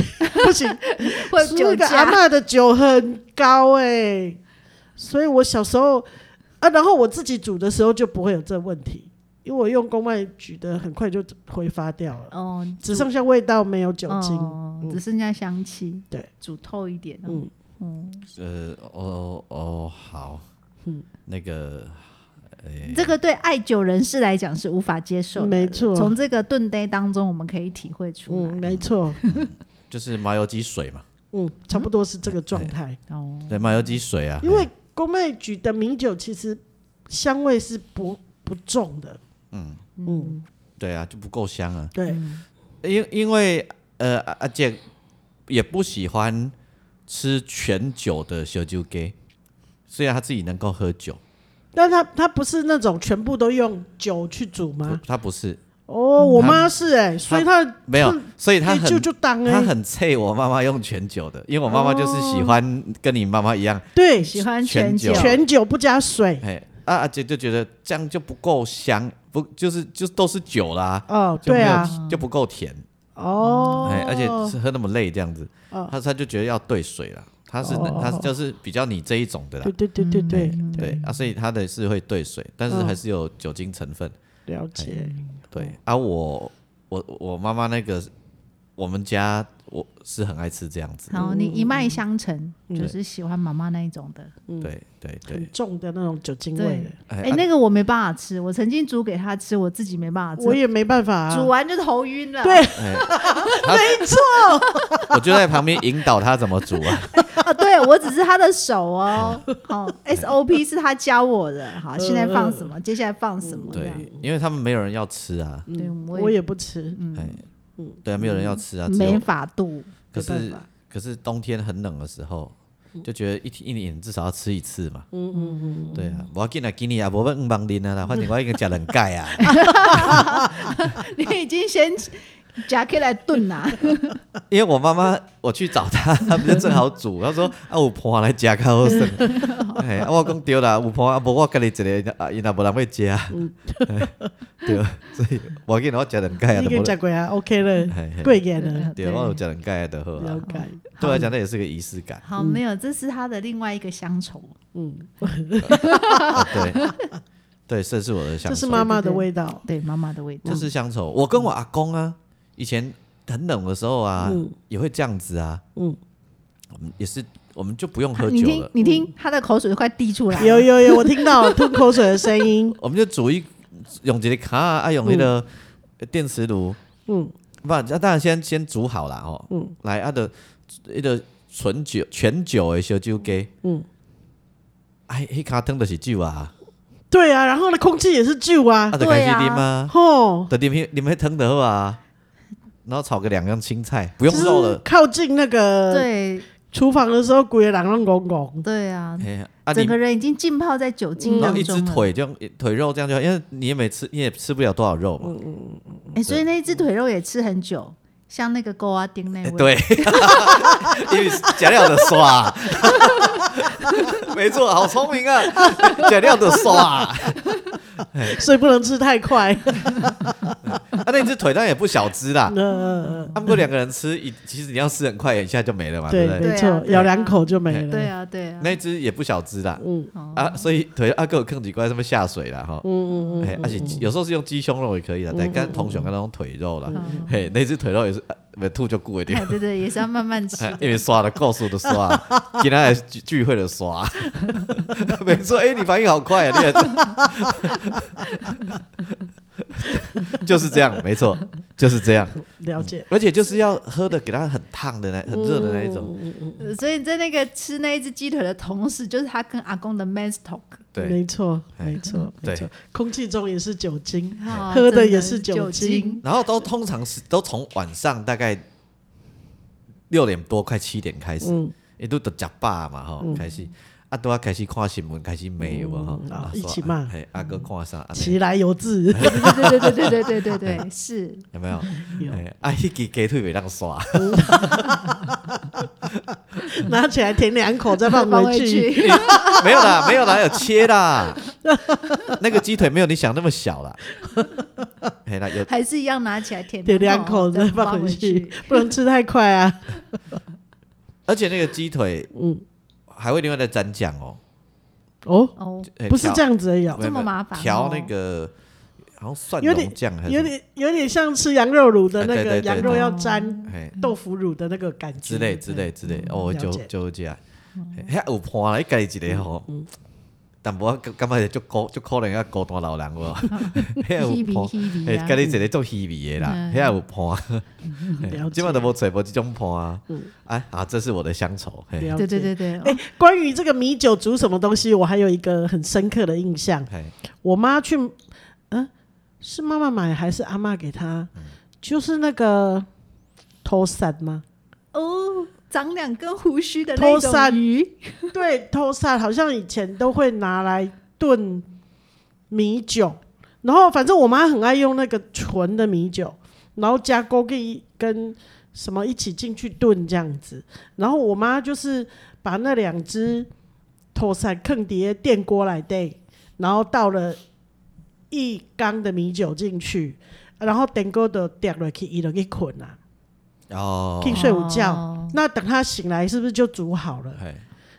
Speaker 3: 会有酒
Speaker 2: 那个阿
Speaker 3: 驾。
Speaker 2: 嬷的酒很高哎、所以我小时候啊，然后我自己煮的时候就不会有这问题，因为我用公卖局的，很快就挥发掉了，
Speaker 3: 哦，
Speaker 2: 只剩下味道没有酒精。
Speaker 3: 哦
Speaker 2: 嗯
Speaker 3: 只剩下香气。
Speaker 2: 对，
Speaker 3: 煮透一点。
Speaker 2: 嗯
Speaker 3: 嗯，
Speaker 1: 呃，哦哦，好，
Speaker 2: 嗯
Speaker 1: 那个
Speaker 3: 这个对爱酒人士来讲是无法接受的。
Speaker 2: 嗯没错
Speaker 3: 从这个炖呆当中，我们可以体会出来
Speaker 2: 嗯，。没错，
Speaker 1: 就是麻油鸡水嘛，
Speaker 2: 嗯，差不多是这个状态。
Speaker 3: 哦，
Speaker 1: 对，麻油鸡水啊，
Speaker 2: 因为公卖局的米酒其实香味是不不重的，
Speaker 1: 对啊，就不够香啊，
Speaker 2: 对，
Speaker 1: 因因为呃阿阿健也不喜欢吃全酒的小酒给，虽然他自己能够喝酒，
Speaker 2: 但它它不是那种全部都用酒去煮
Speaker 1: 不
Speaker 2: 吗？
Speaker 1: 他不是
Speaker 2: 哦，
Speaker 1: 嗯
Speaker 2: 我妈是哎、所以她
Speaker 1: 没有，所以他
Speaker 2: 给就
Speaker 1: 很
Speaker 2: 就当哎、
Speaker 1: 他很啐我妈妈用全酒的，因为我妈妈就是喜欢跟你妈妈一样，
Speaker 2: 对，
Speaker 3: 喜欢
Speaker 1: 全
Speaker 3: 酒
Speaker 1: 酒，
Speaker 2: 全酒不加水。
Speaker 1: 哎、啊阿杰就觉得这样就不够香，不就是就都是酒啦，
Speaker 2: 哦，
Speaker 1: 就没
Speaker 2: 对
Speaker 1: 有、
Speaker 2: 啊，
Speaker 1: 就不够甜，
Speaker 2: 哦，
Speaker 1: 哎、而且是喝那么累这样子，他他就觉得要兑水啦，他是
Speaker 2: 哦
Speaker 1: 他就是比较你这一种的啦
Speaker 2: 对。对对对
Speaker 1: 嗯
Speaker 2: 对，
Speaker 1: 对啊，所以它的是会兑水，但是还是有酒精成分。
Speaker 2: 了解。
Speaker 1: 对啊我，我我妈妈那个，我们家我是很爱吃这样子，
Speaker 3: 然后你一脉相承，
Speaker 2: 嗯
Speaker 3: 就是喜欢妈妈那一种的。
Speaker 1: 对对对
Speaker 2: 很，重的那种酒精味的，
Speaker 1: 哎
Speaker 3: 哎，
Speaker 1: 啊
Speaker 3: 那个我没办法吃，我曾经煮给他吃，我自己没办法
Speaker 2: 我
Speaker 3: 吃，
Speaker 2: 也没办法、啊。
Speaker 3: 煮完就头晕了。
Speaker 2: 对
Speaker 1: 哎，没错，我就在旁边引导他怎么煮 啊。
Speaker 3: 啊，对我只是他的手 哦，好 SOP 是他教我的，
Speaker 2: 嗯
Speaker 3: 好，现在放什么，接下来放什么，这
Speaker 1: 对
Speaker 3: 样，
Speaker 1: 因为他们没有人要吃啊，
Speaker 3: 对，
Speaker 2: 嗯我
Speaker 3: 我也
Speaker 2: 也不吃，
Speaker 1: 哎，对啊，没有人要吃啊，只
Speaker 3: 没
Speaker 1: 有
Speaker 3: 法度，
Speaker 1: 可
Speaker 2: 没办
Speaker 1: 是
Speaker 2: 法
Speaker 1: 可是冬天很冷的时候，就觉得一天一年至少要吃一次嘛。嗯嗯嗯，对啊，我紧啊，今年啊，无要五万零啊啦，反正我已经吃两盖啊。
Speaker 3: 你已经先夹起来炖啦，
Speaker 1: 因为我 妈妈，我去找她，她不是正好煮，她说啊，有盘来吃较 好耍。哎，啊我讲对啦，有盘啊，无我家己一个，啊，因也无人会 食。哎对，所以我紧啊，我吃两盖啊，
Speaker 2: 你
Speaker 1: 就
Speaker 2: 给
Speaker 1: 无
Speaker 2: 讲过啊，OK 了，
Speaker 1: 哎嘿嘿嗯
Speaker 2: 贵点了，
Speaker 1: 对，我有吃两盖就好
Speaker 2: 了
Speaker 1: 啊。
Speaker 2: 解。
Speaker 1: 对我来讲，那也是个仪式感。
Speaker 3: 好，没有，这是他的另外一个乡愁，
Speaker 1: 啊对， 对，这是我的想
Speaker 2: 这是
Speaker 1: 法。
Speaker 2: 妈妈的味道，
Speaker 3: 对妈妈的味道
Speaker 1: 就，是乡愁。我跟我阿公啊，以前很冷的时候啊，
Speaker 2: 嗯
Speaker 1: 也会这样子啊。嗯，我们也是，我们就不用
Speaker 2: 啊
Speaker 1: 喝
Speaker 3: 你
Speaker 1: 酒
Speaker 3: 听
Speaker 1: 了，
Speaker 3: 你听，他的口水都快滴出来
Speaker 2: 有
Speaker 3: 了，
Speaker 2: 有有，我听到吐口水的声音
Speaker 1: ，我们就煮一用这个卡啊，用那
Speaker 3: 嗯
Speaker 1: 个电磁炉。
Speaker 2: 嗯，
Speaker 1: 不，啊当然先先煮好啦哦。嗯，来啊的那个纯酒全酒的烧酒鸡。嗯
Speaker 2: 嗯，
Speaker 1: 哎，那卡汤就是酒啊，
Speaker 2: 对啊，然后呢，空气也是旧啊
Speaker 1: 啊，就开
Speaker 3: 对
Speaker 1: 始
Speaker 3: 啊
Speaker 1: 啉啊，
Speaker 2: 吼，
Speaker 1: 就啉啉迄汤就好啊。然后炒个两样青菜，不用
Speaker 2: 就是
Speaker 1: 肉了。
Speaker 2: 靠近那个
Speaker 3: 对
Speaker 2: 厨房的时候，鬼狼狼拱 拱，
Speaker 3: 对啊，
Speaker 1: 哎呀，啊，
Speaker 3: 整
Speaker 1: 你
Speaker 3: 个人已啊经浸泡在酒精
Speaker 1: 然
Speaker 3: 当
Speaker 1: 后一只
Speaker 3: 中了。
Speaker 1: 腿这样腿肉这样就好，因为你也没吃，你也吃不了多少肉嘛。
Speaker 3: 哎，所以那一只腿肉也吃很久，像那个勾啊丁那
Speaker 1: 哎
Speaker 3: 位，
Speaker 1: 对， 因为假料的刷， 没错，好聪明啊，假料的刷。啊，
Speaker 2: 所以不能吃太快。
Speaker 1: 那只腿当然也不小只啦。
Speaker 2: 呃，
Speaker 1: 他们过两个人吃，一其实你要吃很快，一下就没了嘛，
Speaker 2: 对，
Speaker 1: 不对？
Speaker 2: 没
Speaker 3: 对啊
Speaker 2: 错，
Speaker 3: 对啊
Speaker 2: 咬两口就没了。
Speaker 3: 对啊对啊，
Speaker 1: 那只也不小只啦，
Speaker 2: 嗯
Speaker 3: 哦
Speaker 1: 啊，所以腿啊给我坑几块，上面下水啦哈。
Speaker 2: 嗯嗯嗯
Speaker 1: 哎，而且有时候是用鸡胸肉也可以啦，但跟同熊跟那种腿肉啦，
Speaker 3: 嗯
Speaker 1: 嘿，那只腿肉也是，啊不吐就固一点
Speaker 3: 哎。对对，也是要慢慢吃
Speaker 1: 哎， 因为刷了，告诉的刷， 今天还聚聚会的刷， 没错。哎、你反应好快啊，你也 就是这样，没错，就是这样。
Speaker 2: 嗯了解。
Speaker 1: 而且就是要喝的，给它很烫的那很热的那一种，
Speaker 2: 哦
Speaker 3: 呃所以在那个吃那一只鸡腿的同时，就是他跟阿公的 man talk，
Speaker 1: 对
Speaker 2: 没错，
Speaker 1: 哎
Speaker 2: 没错，
Speaker 1: 对啊
Speaker 2: 没错。空气中也是酒精，
Speaker 3: 哦
Speaker 2: 喝的
Speaker 3: 真
Speaker 2: 也是酒
Speaker 3: 酒
Speaker 2: 精，
Speaker 1: 然后都通常是都从晚上大概六点多快七点开始，
Speaker 2: 嗯
Speaker 1: 一路都吃饱嘛吼，开始啊都要开始看新闻，开始没有吼
Speaker 2: 嗯，
Speaker 1: 啊
Speaker 2: 一
Speaker 1: 说
Speaker 2: 起骂嗯
Speaker 1: 嘿，啊哥看啥，啊
Speaker 2: 其来有自。
Speaker 1: 哎
Speaker 3: 对对对对对对对对对，是
Speaker 1: 有没有？
Speaker 2: 有
Speaker 1: 哎，啊，迄支鸡腿袂当刷，
Speaker 2: 拿起来舔两口再放回 去。
Speaker 3: 去，
Speaker 1: 没有啦，没有啦，有切啦。那个鸡腿没有你想那么小啦。哎啦，有
Speaker 3: 还是一样拿起来舔哦
Speaker 2: 舔两口再放回
Speaker 3: 回
Speaker 2: 去， 不能吃太快啊！
Speaker 1: 而且那个鸡腿，嗯
Speaker 2: 嗯，
Speaker 1: 还会另外再沾酱哦。
Speaker 2: 哦，
Speaker 3: 哦，
Speaker 1: 哎
Speaker 2: 不是
Speaker 1: 调
Speaker 2: 这样子而已哦，
Speaker 1: 没有
Speaker 3: 这么麻烦哦
Speaker 1: 调那个好像蒜
Speaker 2: 有点
Speaker 1: 蓉酱还是
Speaker 2: 有
Speaker 1: 什么
Speaker 2: 点有点像吃羊肉卤的那
Speaker 1: 哎对
Speaker 2: 个
Speaker 1: 对对
Speaker 2: 羊肉要沾
Speaker 1: 哎
Speaker 2: 豆腐乳的那个感觉
Speaker 1: 之类之
Speaker 3: 嗯
Speaker 1: 类之类，哦，我
Speaker 2: 了
Speaker 1: 就
Speaker 2: 解
Speaker 1: 就这样。哎，遐有伴啦，你家己一个吼。
Speaker 3: 嗯
Speaker 1: 但无感感觉就孤就可能要孤单老人 有无？遐
Speaker 3: 稀
Speaker 1: 有
Speaker 3: 微
Speaker 1: 伴。
Speaker 3: 稀微
Speaker 1: 诶，
Speaker 3: 啊
Speaker 1: 家，己一个做稀微的啦，
Speaker 3: 嗯
Speaker 1: 遐有伴，
Speaker 2: 嗯了
Speaker 1: 即
Speaker 2: 解嗯
Speaker 1: 摆都无找无即种伴啊！哎啊，这是我的乡愁，嘿，
Speaker 2: 了
Speaker 3: 对
Speaker 2: 解。
Speaker 3: 对对对，
Speaker 2: 哎、关于这个米酒煮什么东西，我还有一个很深刻的印象。
Speaker 1: 嘿，
Speaker 2: 我妈去，嗯、是妈妈买还是阿妈给她？
Speaker 1: 嗯
Speaker 2: 就是那个头伞吗？
Speaker 3: 哦，长两根胡须的
Speaker 2: 偷
Speaker 3: 那
Speaker 2: 扇
Speaker 3: 种鱼，
Speaker 2: 对，偷散好像以前都会拿来炖米酒，然后反正我妈很爱用那个纯的米酒，然后加枸杞跟什么一起进去炖这样子。然后我妈就是把那两只头散坑碟电锅来炖，然后倒了一缸的米酒进去，然后电锅就掉落去，伊就去困啊，
Speaker 1: 哦，
Speaker 2: 去睡午觉。
Speaker 3: 哦
Speaker 2: 那等她醒来，是不是就煮好了？
Speaker 1: 嘿，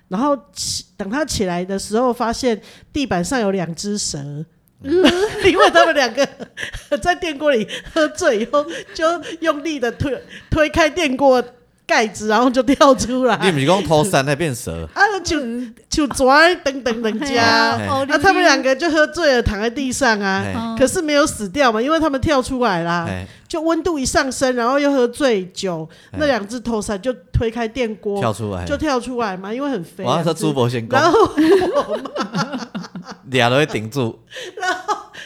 Speaker 2: 然后起等他起来的时候，发现地板上有两只蛇，因为他们两个 在电锅里喝醉以后，就用力的推推开电锅盖子，然后就跳出来。
Speaker 1: 你不是讲偷山那变蛇？
Speaker 2: 啊，就就抓等等人
Speaker 3: 哎
Speaker 2: 家，
Speaker 1: 哎
Speaker 3: 呀哦
Speaker 2: 啊，他们两个就喝醉了，躺在地上啊，
Speaker 1: 哎
Speaker 2: 可是没有死掉嘛，因为他们跳出来啦，
Speaker 1: 哎，
Speaker 2: 就温度一上升，然后又喝醉酒，
Speaker 1: 哎
Speaker 2: 那两只头鳝就推开电锅，
Speaker 1: 跳出来，
Speaker 2: 就跳出来嘛，因为很肥
Speaker 1: 我
Speaker 2: 两只。
Speaker 1: 说朱伯先
Speaker 2: 然
Speaker 1: 讲，
Speaker 2: 后
Speaker 1: 俩都会顶住，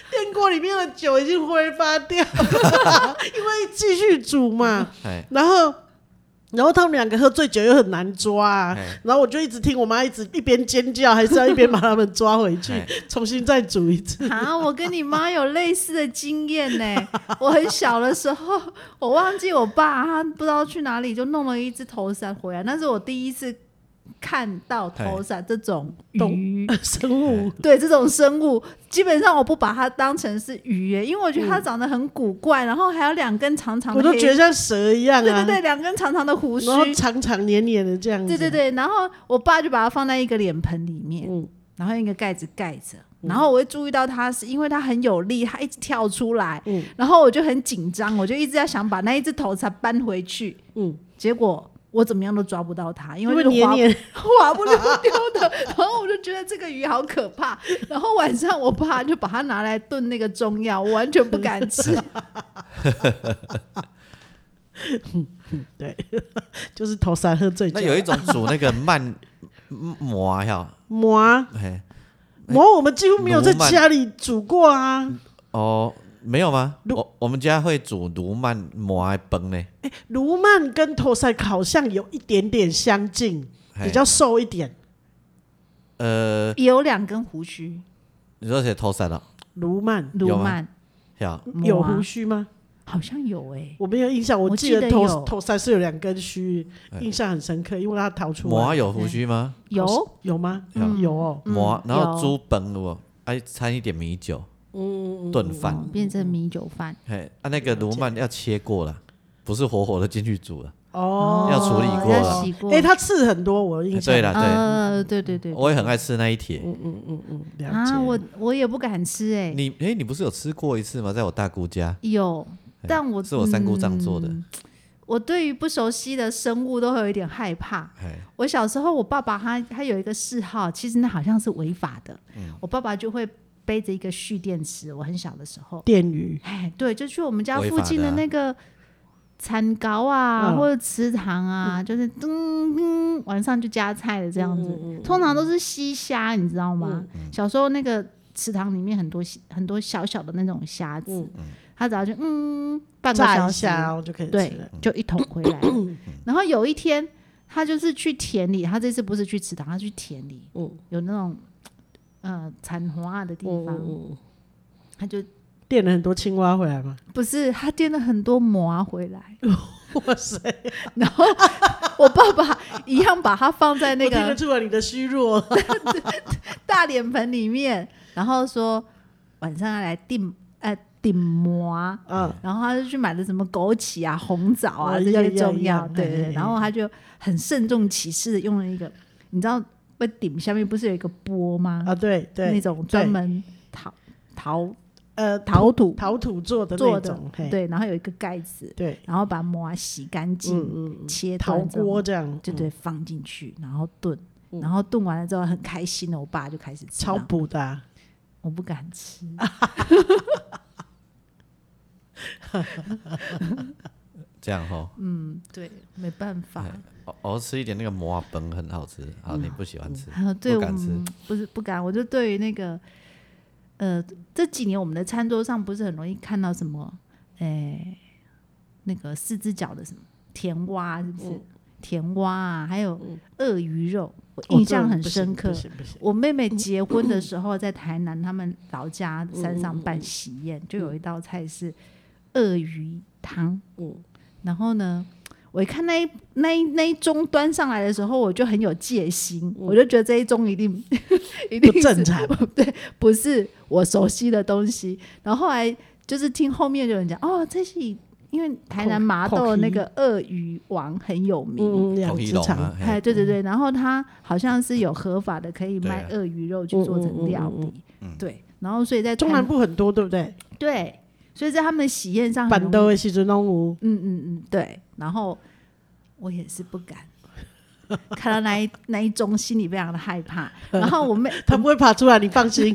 Speaker 2: 电锅里面的酒已经挥发掉 了，因为继续煮嘛。
Speaker 1: 哎
Speaker 2: 然后，然后他们两个喝醉酒又很难抓、啊
Speaker 1: 哎，
Speaker 2: 然后我就一直听我妈一直一边尖叫，还是要一边把他们抓回去
Speaker 1: 哎，
Speaker 2: 重新再煮一次。
Speaker 3: 啊，我跟你妈有类似的经验呢、我很小的时候，我忘记我爸他不知道去哪里就弄了一只头鳝回来，那是我第一次看到头鳝这种
Speaker 2: 动
Speaker 3: 鱼，
Speaker 2: 生物
Speaker 3: 对这种生物，基本上我不把它当成是鱼耶、因为我觉得它长得很古怪，然后还有两根长长的
Speaker 2: 我
Speaker 3: 黑，
Speaker 2: 都觉得像蛇一样
Speaker 3: 对对
Speaker 2: 啊，
Speaker 3: 对，两根长长的胡须
Speaker 2: 然，后长长黏黏的这样子，
Speaker 3: 对对对，然后我爸就把它放在一个脸盆里面，
Speaker 2: 嗯
Speaker 3: 然后用一个盖子盖着。然后我会注意到它，是因为它很有力，它一直跳出来，
Speaker 2: 嗯
Speaker 3: 然后我就很紧张，我就一直在想把那一只头才搬回去，
Speaker 2: 嗯，
Speaker 3: 结果我怎么样都抓不到它，因
Speaker 2: 因
Speaker 3: 为
Speaker 2: 为
Speaker 3: 那个
Speaker 2: 黏
Speaker 3: 滑
Speaker 2: 黏，
Speaker 3: 滑不溜丢的。 然后我就觉得这个鱼好可怕。然后晚上我爸就把它拿来炖那个中药，我完全不敢吃。
Speaker 2: 对，就是头三喝醉酒
Speaker 1: 那
Speaker 2: 啊。
Speaker 1: 有一种煮那个 鳗膜呀，
Speaker 2: 馍啊
Speaker 1: 哎，
Speaker 2: 馍，我们几乎没有在
Speaker 1: 鲈鳗
Speaker 2: 家里煮过啊。
Speaker 1: 哦，没有吗？
Speaker 2: 如
Speaker 1: 我我们家会煮鲈鳗膜来崩呢，
Speaker 2: 哎，卢曼跟头鳝好像有一点点相近，
Speaker 1: 嘿
Speaker 2: 比较瘦一点。
Speaker 1: 呃，
Speaker 3: 也有两根胡须，
Speaker 1: 你说谁偷山哦了？
Speaker 2: 卢曼
Speaker 3: 卢
Speaker 1: 有吗
Speaker 3: 曼
Speaker 1: 呀，
Speaker 3: 摩
Speaker 2: 有
Speaker 3: 啊
Speaker 2: 胡须吗？
Speaker 3: 好像有哎、
Speaker 2: 我没有印象，
Speaker 3: 我
Speaker 2: 我
Speaker 3: 记
Speaker 2: 记得
Speaker 3: 得
Speaker 2: 头
Speaker 3: 有
Speaker 2: 头鳝是有两根须，
Speaker 1: 哎
Speaker 2: 印象很深刻，因为它逃出
Speaker 1: 膜
Speaker 2: 来。
Speaker 1: 有胡须吗？
Speaker 3: 有
Speaker 2: 有吗？
Speaker 1: 有
Speaker 2: 有哦，
Speaker 3: 啊嗯
Speaker 1: 膜，然后
Speaker 3: 有
Speaker 1: 猪崩我，哎，掺一点米酒，嗯，炖饭
Speaker 3: 哦，变成米酒饭。
Speaker 1: 哎，啊，那个鲈鳗要切过了，不是活活的进去煮了，
Speaker 2: 哦，
Speaker 1: 要处理过了
Speaker 3: 要洗过。
Speaker 2: 哎，它刺很多，我印
Speaker 1: 哎
Speaker 2: 象。
Speaker 1: 对了，对，哦
Speaker 3: 呃，对对
Speaker 2: 嗯
Speaker 3: 对，
Speaker 1: 我也很爱吃那一帖。
Speaker 2: 了解
Speaker 3: 啊，我我也不敢吃哎、
Speaker 1: 你哎，你不是有吃过一次吗？在我大姑家，
Speaker 3: 有，但我
Speaker 1: 哎
Speaker 3: 嗯
Speaker 1: 是我三姑丈做的，
Speaker 2: 嗯
Speaker 3: 我对于不熟悉的生物都会有一点害怕。
Speaker 1: 哎，
Speaker 3: 我小时候，我爸爸他他有一个嗜好，其实那好像是违法的。
Speaker 1: 嗯
Speaker 3: 我爸爸就会背着一个蓄电池，我很小的时候，
Speaker 2: 电鱼，
Speaker 3: 哎，对，就去我们家
Speaker 1: 违
Speaker 3: 附
Speaker 1: 法
Speaker 3: 近
Speaker 1: 的
Speaker 3: 的
Speaker 1: 啊
Speaker 3: 那个餐糕啊，
Speaker 2: 嗯
Speaker 3: 或者池塘啊，就是噔噔，晚上就加菜的这
Speaker 2: 嗯
Speaker 3: 样子。通常都是西虾，你知道吗？
Speaker 1: 嗯
Speaker 3: 小时候那个池塘里面很多西很多小小的那种虾子，
Speaker 1: 嗯
Speaker 3: 他只要就嗯半个
Speaker 2: 炸
Speaker 3: 小
Speaker 2: 一
Speaker 3: 时
Speaker 2: 下，然后就可以吃
Speaker 3: 对
Speaker 2: 了。，
Speaker 3: 就一桶回来了。然后有一天，他就是去田里，他这次不是去池塘，他去田里，
Speaker 2: 嗯
Speaker 3: 有那种呃产花的地
Speaker 2: 嗯
Speaker 3: 方，
Speaker 2: 嗯嗯，
Speaker 3: 他就
Speaker 2: 电了很多青蛙回来吗？
Speaker 3: 不是他垫了很多膜回 来，
Speaker 2: 哇塞，
Speaker 3: 然后我爸爸一样把它放在那
Speaker 2: 我听得
Speaker 3: 个
Speaker 2: 出来你的虚弱。
Speaker 3: 大脸盆里面，然后说晚上要来订呃订膜。
Speaker 2: 嗯，
Speaker 3: 然后他就去买了什么枸杞啊、红枣啊
Speaker 2: 哦
Speaker 3: 这
Speaker 2: 要
Speaker 3: 些
Speaker 2: 要
Speaker 3: 中
Speaker 2: 要
Speaker 3: 药，对对
Speaker 2: 嘿
Speaker 3: 对。然后他就很慎重其事的用了一个，你知道被顶下面不是有一个钵吗？
Speaker 2: 啊，对对，
Speaker 3: 那种专门淘淘
Speaker 2: 呃
Speaker 3: 淘土
Speaker 2: 陶土做的
Speaker 3: 做
Speaker 2: 那
Speaker 3: 的
Speaker 2: 种，嘿，
Speaker 3: 对，然后有一个盖子，
Speaker 2: 对，
Speaker 3: 然后把膜洗干净，
Speaker 2: 嗯嗯，
Speaker 3: 切
Speaker 2: 陶
Speaker 3: 断之后
Speaker 2: 锅，这样，
Speaker 3: 对对，放进去，然后炖。
Speaker 2: 嗯
Speaker 3: 然后炖完了之后很开心的，我爸就开始吃
Speaker 2: 超
Speaker 3: 了，
Speaker 2: 补的啊，
Speaker 3: 我不敢吃，
Speaker 1: 这样哈，
Speaker 3: 嗯，对，没办法，
Speaker 1: 哦，哦吃一点那个魔法崩很好吃，好
Speaker 2: 嗯
Speaker 1: 你不喜欢吃，
Speaker 3: 啊，对，
Speaker 1: 不
Speaker 3: 我
Speaker 1: 敢吃
Speaker 3: 们不是不敢，我就对于那个，呃，这几年我们的餐桌上不是很容易看到什么，哎、那个四只脚的什么甜蛙，是不是、
Speaker 2: 嗯
Speaker 3: 甜蛙啊？还有鳄鱼肉，我
Speaker 2: 哦
Speaker 3: 印
Speaker 2: 这
Speaker 3: 象
Speaker 2: 种
Speaker 3: 很
Speaker 2: 不
Speaker 3: 深
Speaker 2: 行
Speaker 3: 刻
Speaker 2: 不。行不行，
Speaker 3: 我妹妹结婚的时候，在台南他们老家山上办喜宴，就有一道菜是鳄鱼汤。
Speaker 2: 嗯
Speaker 3: 然后呢，我一看那一那一那一盅端上来的时候，我就很有戒心，我就觉得这一盅一定 一定
Speaker 2: 嗯不正
Speaker 3: 是
Speaker 2: 常，
Speaker 3: 不是我熟悉的东西。然后后来就是听后面有人讲，哦，这是因为台南麻
Speaker 2: 口
Speaker 3: 豆的
Speaker 2: 蹄
Speaker 3: 那个鳄鱼王很有名。
Speaker 2: 嗯，养
Speaker 1: 同一
Speaker 2: 殖
Speaker 1: 笼
Speaker 2: 场
Speaker 1: 啊，
Speaker 3: 哎，
Speaker 1: 嘿
Speaker 3: 对对对，然后他好像是有合法的，可以
Speaker 1: 对啊
Speaker 2: 嗯
Speaker 1: 嗯
Speaker 3: 卖鳄鱼肉去做成料理，对。然后所以在
Speaker 2: 中
Speaker 3: 谈
Speaker 2: 南部很多，对不对？
Speaker 3: 对，所以在他们的喜宴上很
Speaker 2: 板
Speaker 3: 容
Speaker 2: 凳
Speaker 3: 易
Speaker 2: 的西尊东吴，
Speaker 3: 嗯嗯嗯，对。然后我也是不敢， 看到那一那一盅，心里非常的害怕。然后 我妹，
Speaker 2: 它不会爬出来，你放 心。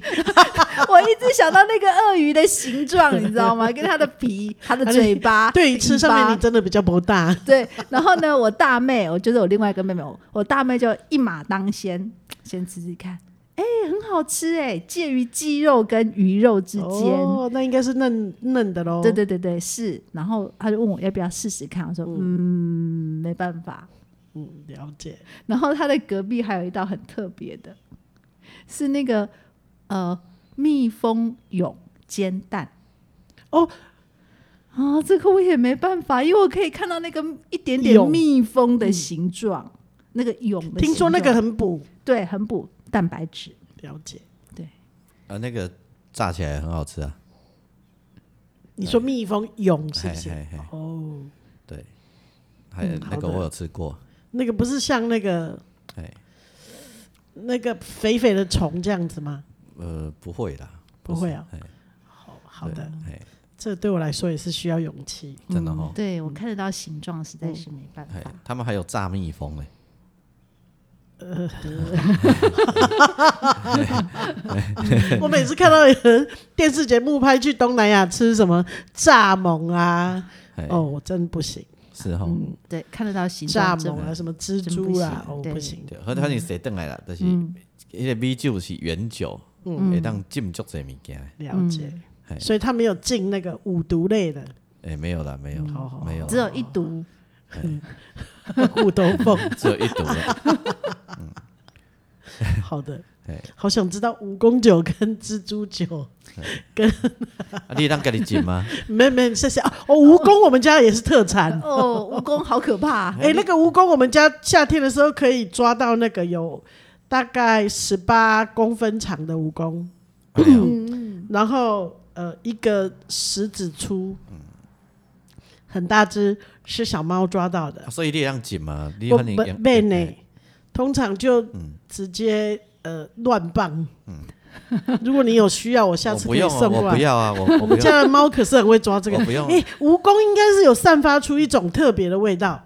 Speaker 3: 我一直想到那个鳄鱼的形状，你知道吗？跟它的皮、它的嘴巴，
Speaker 2: 对于吃上面，
Speaker 3: 啊尾
Speaker 2: 你
Speaker 3: 巴
Speaker 2: 真的比较不大。
Speaker 3: 对。然后呢，我大妹，我就是我另外一个妹妹，我我大妹就一马当先，先吃吃看。哎、很好吃哎、介于鸡肉跟鱼肉之间。
Speaker 2: 哦，那应该是嫩嫩的嗯喽。
Speaker 3: 对对对对，是。然后他就问我要不要试试看，我说嗯，没办法。
Speaker 2: 嗯，了解。
Speaker 3: 然后它的隔壁还有一道很特别的，是那个呃蜜蜂蛹煎蛋。
Speaker 2: 哦
Speaker 3: 啊，这个我也没办法，因为我可以看到那个一点点
Speaker 2: 蛹嗯
Speaker 3: 蜜蜂的形状，那个蛹的形状。
Speaker 2: 听说那个很补，
Speaker 3: 对很补蛋白质，
Speaker 2: 了解。
Speaker 1: 啊，那个炸起来很好吃啊，
Speaker 2: 你说蜜蜂蛹是
Speaker 1: 嘿
Speaker 2: 不是？
Speaker 1: 嘿嘿，
Speaker 2: 哦，
Speaker 1: 对，还有
Speaker 2: 嗯好
Speaker 1: 那个
Speaker 2: 的
Speaker 1: 我有吃过，
Speaker 2: 那个不是像那个
Speaker 1: 哎，
Speaker 2: 那个肥肥的虫这样子吗？
Speaker 1: 呃，不会啦，
Speaker 2: 不会啊
Speaker 1: 是，
Speaker 2: 好好
Speaker 1: 对
Speaker 2: 的，
Speaker 1: 哎，
Speaker 2: 这对我来说也是需要勇气。
Speaker 1: 真的哦，
Speaker 3: 嗯对我看得到形状，实在是没办法
Speaker 1: 哎，。他们还有炸蜜蜂哎，
Speaker 2: 我每次看到有人电视节目拍去东南亚吃什么蚱蜢啊，
Speaker 1: 哎
Speaker 2: 哦，我真不行，
Speaker 1: 是哦，
Speaker 2: 嗯
Speaker 3: 对，看得到形
Speaker 2: 蚱
Speaker 3: 状真
Speaker 2: 蜢啊，什么蜘蛛啊，哦，
Speaker 3: 真不行对
Speaker 2: 不行。
Speaker 1: 对，和他你谁等来
Speaker 2: 嗯
Speaker 1: 啦，但是迄个米酒是原酒，会当浸足这物件的，
Speaker 2: 了解，
Speaker 3: 嗯哎
Speaker 1: 嘿
Speaker 2: 所以他没有进那个五毒类 的
Speaker 1: 哎，没有啦，没有
Speaker 2: 好好，
Speaker 1: 没有啦，
Speaker 3: 只有一毒，
Speaker 2: 虎头 凤。
Speaker 1: 只有一朵 啦，
Speaker 2: 好的
Speaker 1: 哎，
Speaker 2: 好想知道蜈蚣酒跟蜘蛛酒。
Speaker 1: 啊，你当家己浸吗？
Speaker 2: 没没，谢谢哦。蜈蚣我们家也是特产。
Speaker 3: 哦，蜈蚣好可怕、
Speaker 2: 哎、那个蜈蚣，我们家夏天的时候可以抓到那个有大概十八公分长的蜈蚣，嗯
Speaker 1: 哎呦
Speaker 2: 然后呃一个食指粗，很大只，是小猫抓到的
Speaker 1: 啊。所以你当浸吗？你哎
Speaker 2: 我
Speaker 1: 反正
Speaker 2: 不
Speaker 1: 用
Speaker 2: 被呢，通常就
Speaker 1: 嗯
Speaker 2: 直接呃乱棒。如果你有需要，我下
Speaker 1: 我
Speaker 2: 次
Speaker 1: 不
Speaker 2: 可以
Speaker 1: 用啊，
Speaker 2: 送过
Speaker 1: 我不
Speaker 2: 来。
Speaker 1: 要啊，我我
Speaker 2: 我
Speaker 1: 不
Speaker 2: 们
Speaker 1: 要，
Speaker 2: 家的猫可是很会抓这 个
Speaker 1: 我。不用 啊
Speaker 2: 哎、，蜈蚣应该是有散发出一种特别的味道，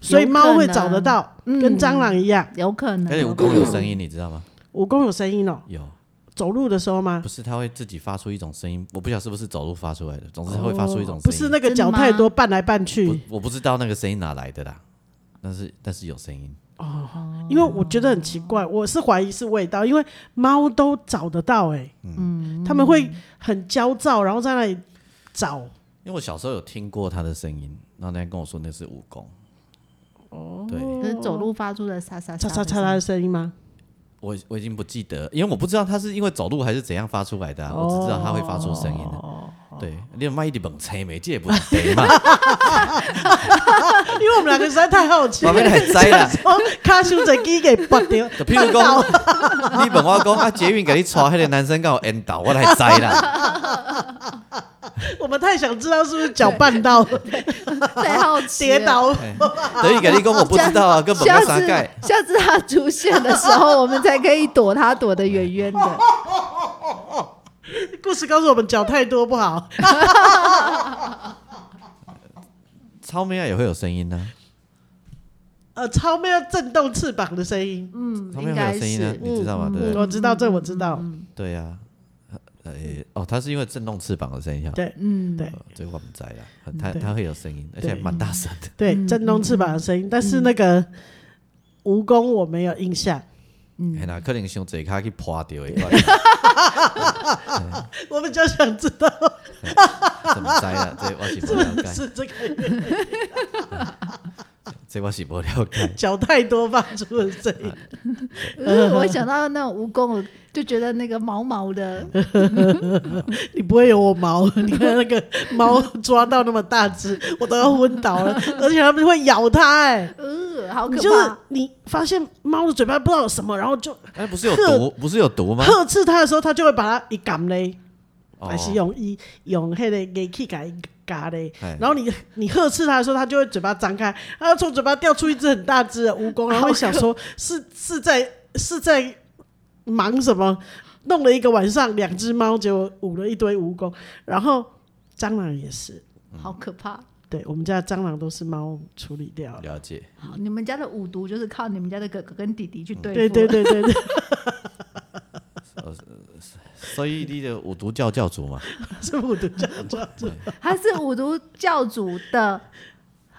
Speaker 2: 所以
Speaker 3: 有可
Speaker 2: 猫会
Speaker 3: 能
Speaker 2: 找得到，跟蟑螂一样。
Speaker 3: 有可能。
Speaker 1: 而哎且蜈蚣有声音，你知道吗？
Speaker 2: 蜈蚣有声音哦，
Speaker 1: 有，
Speaker 2: 走路的时候吗
Speaker 1: 不？是它会自己发出一种声音，我不晓得是不是走路发出来的，总之它会发出一种声音。
Speaker 2: 哦不是那个
Speaker 3: 真的
Speaker 2: 脚
Speaker 3: 吗
Speaker 2: 太多绊来绊去，
Speaker 1: 不我不知道那个声音哪来的啦，但是但是有声音，
Speaker 2: 因为我觉得很奇怪，我是怀疑是味道，因为猫都找得到哎、嗯，他们会很焦躁，然后在那里找。
Speaker 1: 因为我小时候有听过它的声音，然后那天跟我说那是蜈蚣。哦，对，
Speaker 3: 可是走路发出的沙沙
Speaker 2: 嚓嚓嚓嚓
Speaker 3: 的声
Speaker 2: 的
Speaker 3: 音
Speaker 2: 声音吗？
Speaker 1: 我我已经不记得，因为我不知道它是因为走路还是怎样发出来的啊、我只知道它会发出声音的。对，你卖一点猛吹没，这也不是得嘛，
Speaker 2: 因为我们两个实在太好奇
Speaker 1: 我
Speaker 2: 了，
Speaker 1: 们来摘 啦。
Speaker 2: 哦，卡修在机给拔掉，
Speaker 1: 就譬如讲，你问我讲啊，捷运给你抓那个男生跟我引导，我来知啦。
Speaker 2: 我们太想知道是不是脚绊到了
Speaker 3: 太好奇了
Speaker 2: 跌。倒。
Speaker 1: 等于给你讲我不知道啊，跟本
Speaker 3: 下
Speaker 1: 个啥
Speaker 3: 次
Speaker 1: 盖。
Speaker 3: 下次它出现的时候，我们才可以躲它，躲得远 远的。
Speaker 2: 故事告诉我们脚太多不好。
Speaker 1: 超美啊也会有声音呢、
Speaker 2: 呃，超没有震动翅膀的声音，啊
Speaker 3: 嗯，
Speaker 1: 超
Speaker 3: 应
Speaker 1: 美会
Speaker 3: 该
Speaker 1: 有声音呢、
Speaker 3: 是。
Speaker 1: 你知道吗？对
Speaker 2: 我知道，这我知道。
Speaker 1: 对呀、呃诶哦，它是因为震动翅膀的声音啊。
Speaker 2: 对
Speaker 3: 嗯，
Speaker 2: 对
Speaker 1: 呃这个我们在啦，很它
Speaker 2: 对
Speaker 1: 它会有声音，而且
Speaker 2: 对
Speaker 1: 蛮大声的。
Speaker 2: 对，震动翅膀的声音，但是那个蜈蚣我没有印象，嗯
Speaker 1: 哎啦，可能想坐卡去破掉一块，
Speaker 2: 我比较想知道
Speaker 1: 怎么知啦？这我是不了解，
Speaker 2: 是这个
Speaker 1: 这我是不了解。
Speaker 2: 脚太多发出的声
Speaker 1: 啊
Speaker 2: 音。
Speaker 3: 嗯我想到那种蜈蚣，我就觉得那个毛毛的，
Speaker 2: 你不会有我毛？你看那个猫抓到那么大 只，我都要昏倒了，而且它们会咬它、哎，
Speaker 3: 呃，好
Speaker 2: 你
Speaker 3: 可
Speaker 2: 就是
Speaker 3: 怕。
Speaker 2: 你发现猫的嘴巴不知道有什么，然后就
Speaker 1: 哎，不是有毒，不是有毒吗？
Speaker 2: 呵斥它的时候，它就会把它一赶嘞。还是
Speaker 1: 哦
Speaker 2: 用一用迄个仪器给夹嘞
Speaker 1: 哎，
Speaker 2: 然后你你呵斥它的时候，它就会嘴巴张开，它要从嘴巴掉出一只很大只的蜈蚣，然后会想说是是在是在忙什么，弄了一个晚上，两只猫就舞了一堆蜈蚣，然后蟑螂也是，
Speaker 3: 好可怕！
Speaker 2: 对我们家的蟑螂都是猫处理掉了。
Speaker 1: 了解，
Speaker 3: 好，你们家的五毒就是靠你们家的哥哥跟弟弟去对付。
Speaker 2: 对对对对 对，
Speaker 1: 所以你的五毒教教主嘛，
Speaker 2: 是我的家
Speaker 1: 呃
Speaker 2: 长
Speaker 3: 他是五毒教主的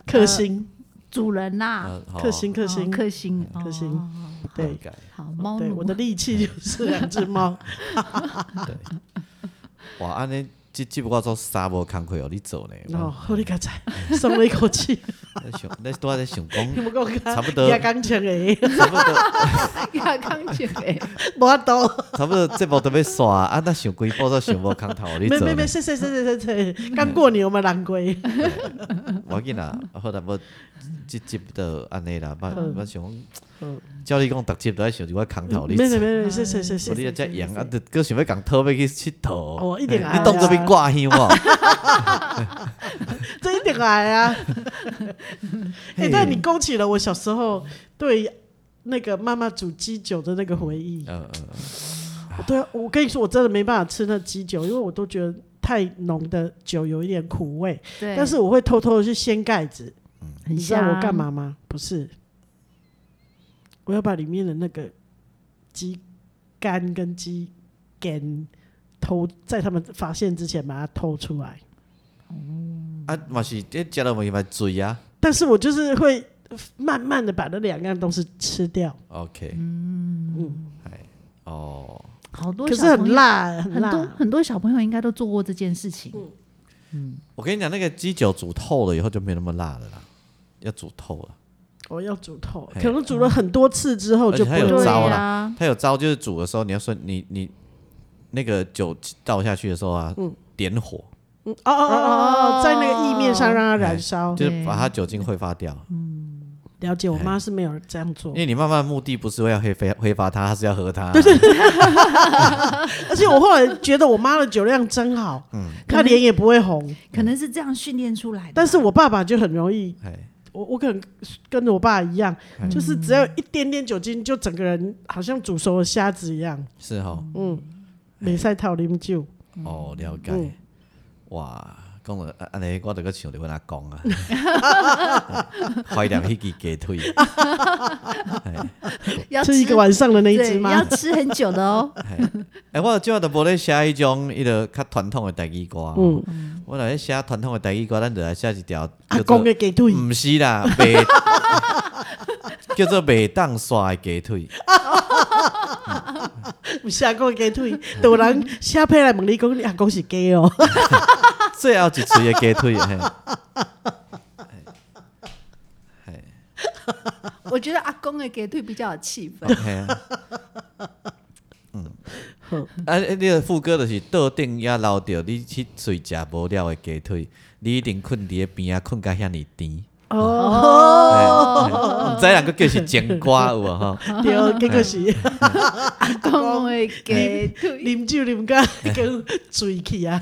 Speaker 2: 克星，
Speaker 3: 主 人呐、
Speaker 1: 呃好
Speaker 2: 克星，克
Speaker 3: 哦
Speaker 2: 星，哎
Speaker 3: 克星，
Speaker 2: 克星
Speaker 3: 哦哦哦
Speaker 2: 啊对
Speaker 1: 好改
Speaker 3: 好猫
Speaker 2: 对，
Speaker 3: 奴
Speaker 2: 我的利 器就是两只猫。
Speaker 1: 对，哇，安尼这这不过做沙无工课哦，你做呢？
Speaker 2: 然后 后你刚才松了一口气，
Speaker 1: 我在想，你都在想讲
Speaker 2: 你，不够
Speaker 1: 差不多
Speaker 2: 压钢琴 诶，
Speaker 1: 差不多，
Speaker 3: 亚康姐，
Speaker 2: 无法度。
Speaker 1: 差不多，这部都要刷啊！那想规波都想无空头，你
Speaker 2: 没
Speaker 1: 做
Speaker 2: 没
Speaker 1: 呢
Speaker 2: 没，？谢谢谢谢谢谢，刚过年我们难过。
Speaker 1: 我紧啦，后来要这集就安尼啦，我
Speaker 2: 嗯
Speaker 1: 我想讲
Speaker 2: 嗯，
Speaker 1: 照你讲，逐集都要想一个空头，你
Speaker 2: 没
Speaker 1: 做
Speaker 2: 没。没没，谢谢谢
Speaker 1: 所以
Speaker 2: 谢。
Speaker 1: 你只羊啊，就搁想要共讨要去佚佗，
Speaker 2: 哦一定爱啊
Speaker 1: 你当作要挂香哦。
Speaker 2: 这一点来 啊！哎，
Speaker 1: 嘿
Speaker 2: 但你勾起了我小时候对那个妈妈煮鸡酒的那个回忆。
Speaker 1: 嗯嗯，
Speaker 2: 对啊，我跟你说，我真的没办法吃那鸡酒，因为我都觉得太浓的酒有一点苦味。
Speaker 3: 对，
Speaker 2: 但是我会偷偷的去掀盖子，
Speaker 3: 很
Speaker 2: 你知道我
Speaker 3: 香
Speaker 2: 干？嘛吗？不是，我要把里面的那个鸡肝跟鸡肝偷，在他们发现之前把它偷出来。
Speaker 1: 啊嘛是，你食了嘛是嘛醉啊。
Speaker 2: 但是我就是会慢慢的把那两样东西吃掉，
Speaker 1: OK，嗯，哎，哦，
Speaker 3: 好多
Speaker 2: 可是
Speaker 3: 小朋
Speaker 2: 很
Speaker 3: 友，
Speaker 2: 辣，很
Speaker 3: 很
Speaker 2: 辣。
Speaker 3: 多很多小朋友应该都做过这件事情。
Speaker 1: 我跟你讲，那个鸡酒煮透了以后就没那么辣了啦，要煮透了。
Speaker 2: 我要煮透，
Speaker 1: 嘿
Speaker 2: 可能煮了很多次之后
Speaker 1: 而
Speaker 2: 就
Speaker 1: 且
Speaker 2: 不
Speaker 1: 它有
Speaker 2: 会
Speaker 3: 对
Speaker 1: 糟啦
Speaker 3: 啊，
Speaker 1: 它有招，就是煮的时候你要说你你那个酒倒下去的时候啊，点火，
Speaker 2: 嗯哦哦哦哦哦，在那个意面上让它燃烧。
Speaker 1: 就是把它酒精挥发掉。
Speaker 2: 了解，我妈是没有这样做
Speaker 1: 因，为你慢慢的目的不是为要挥发挥发它，它是要喝它。对对
Speaker 2: 而且我后来觉得我妈的酒量真好，她脸也不会红。
Speaker 3: 可能是这样训练出来的。
Speaker 2: 但是我爸爸就很容易，
Speaker 1: 哎，
Speaker 2: 我我可能跟着我爸一样，就是只要有一点点酒精，就整个人好像煮熟了虾子一样，嗯
Speaker 1: 是哈，
Speaker 2: 没晒套啉酒。
Speaker 1: 哦，了解。
Speaker 2: 嗯
Speaker 1: 哇，讲了安尼，我这个想着阮阿公啊，怀念迄支鸡 腿。
Speaker 3: 要
Speaker 2: 吃一个晚上的那一只
Speaker 3: 对
Speaker 2: 吗？
Speaker 3: 要吃很久的哦。
Speaker 1: 哎、我即下都无咧写迄种迄个较传统的台语歌，
Speaker 2: 嗯
Speaker 1: 我若咧写传统的台语歌，咱就来写一条
Speaker 2: 阿公的鸡腿，
Speaker 1: 毋是 啦，袂叫做袂当刷的鸡腿，
Speaker 2: 有是阿公的鸡腿，就有人下配来问你讲，你阿公是鸡哦，
Speaker 1: 最后一喙的鸡腿。嘿，嘿
Speaker 3: 我觉得阿公的给退比较有气氛。
Speaker 1: 嘿 啊，嗯，啊，你的副歌就是桌顶也留着你去喙食无了的鸡腿，你一定困伫个边啊，困甲遐尼甜。
Speaker 2: 哦，
Speaker 1: 毋知人个叫是煎瓜有无吼？
Speaker 2: 对，结果是
Speaker 3: 阿公的给退，
Speaker 2: 啉酒啉到跟醉去啊，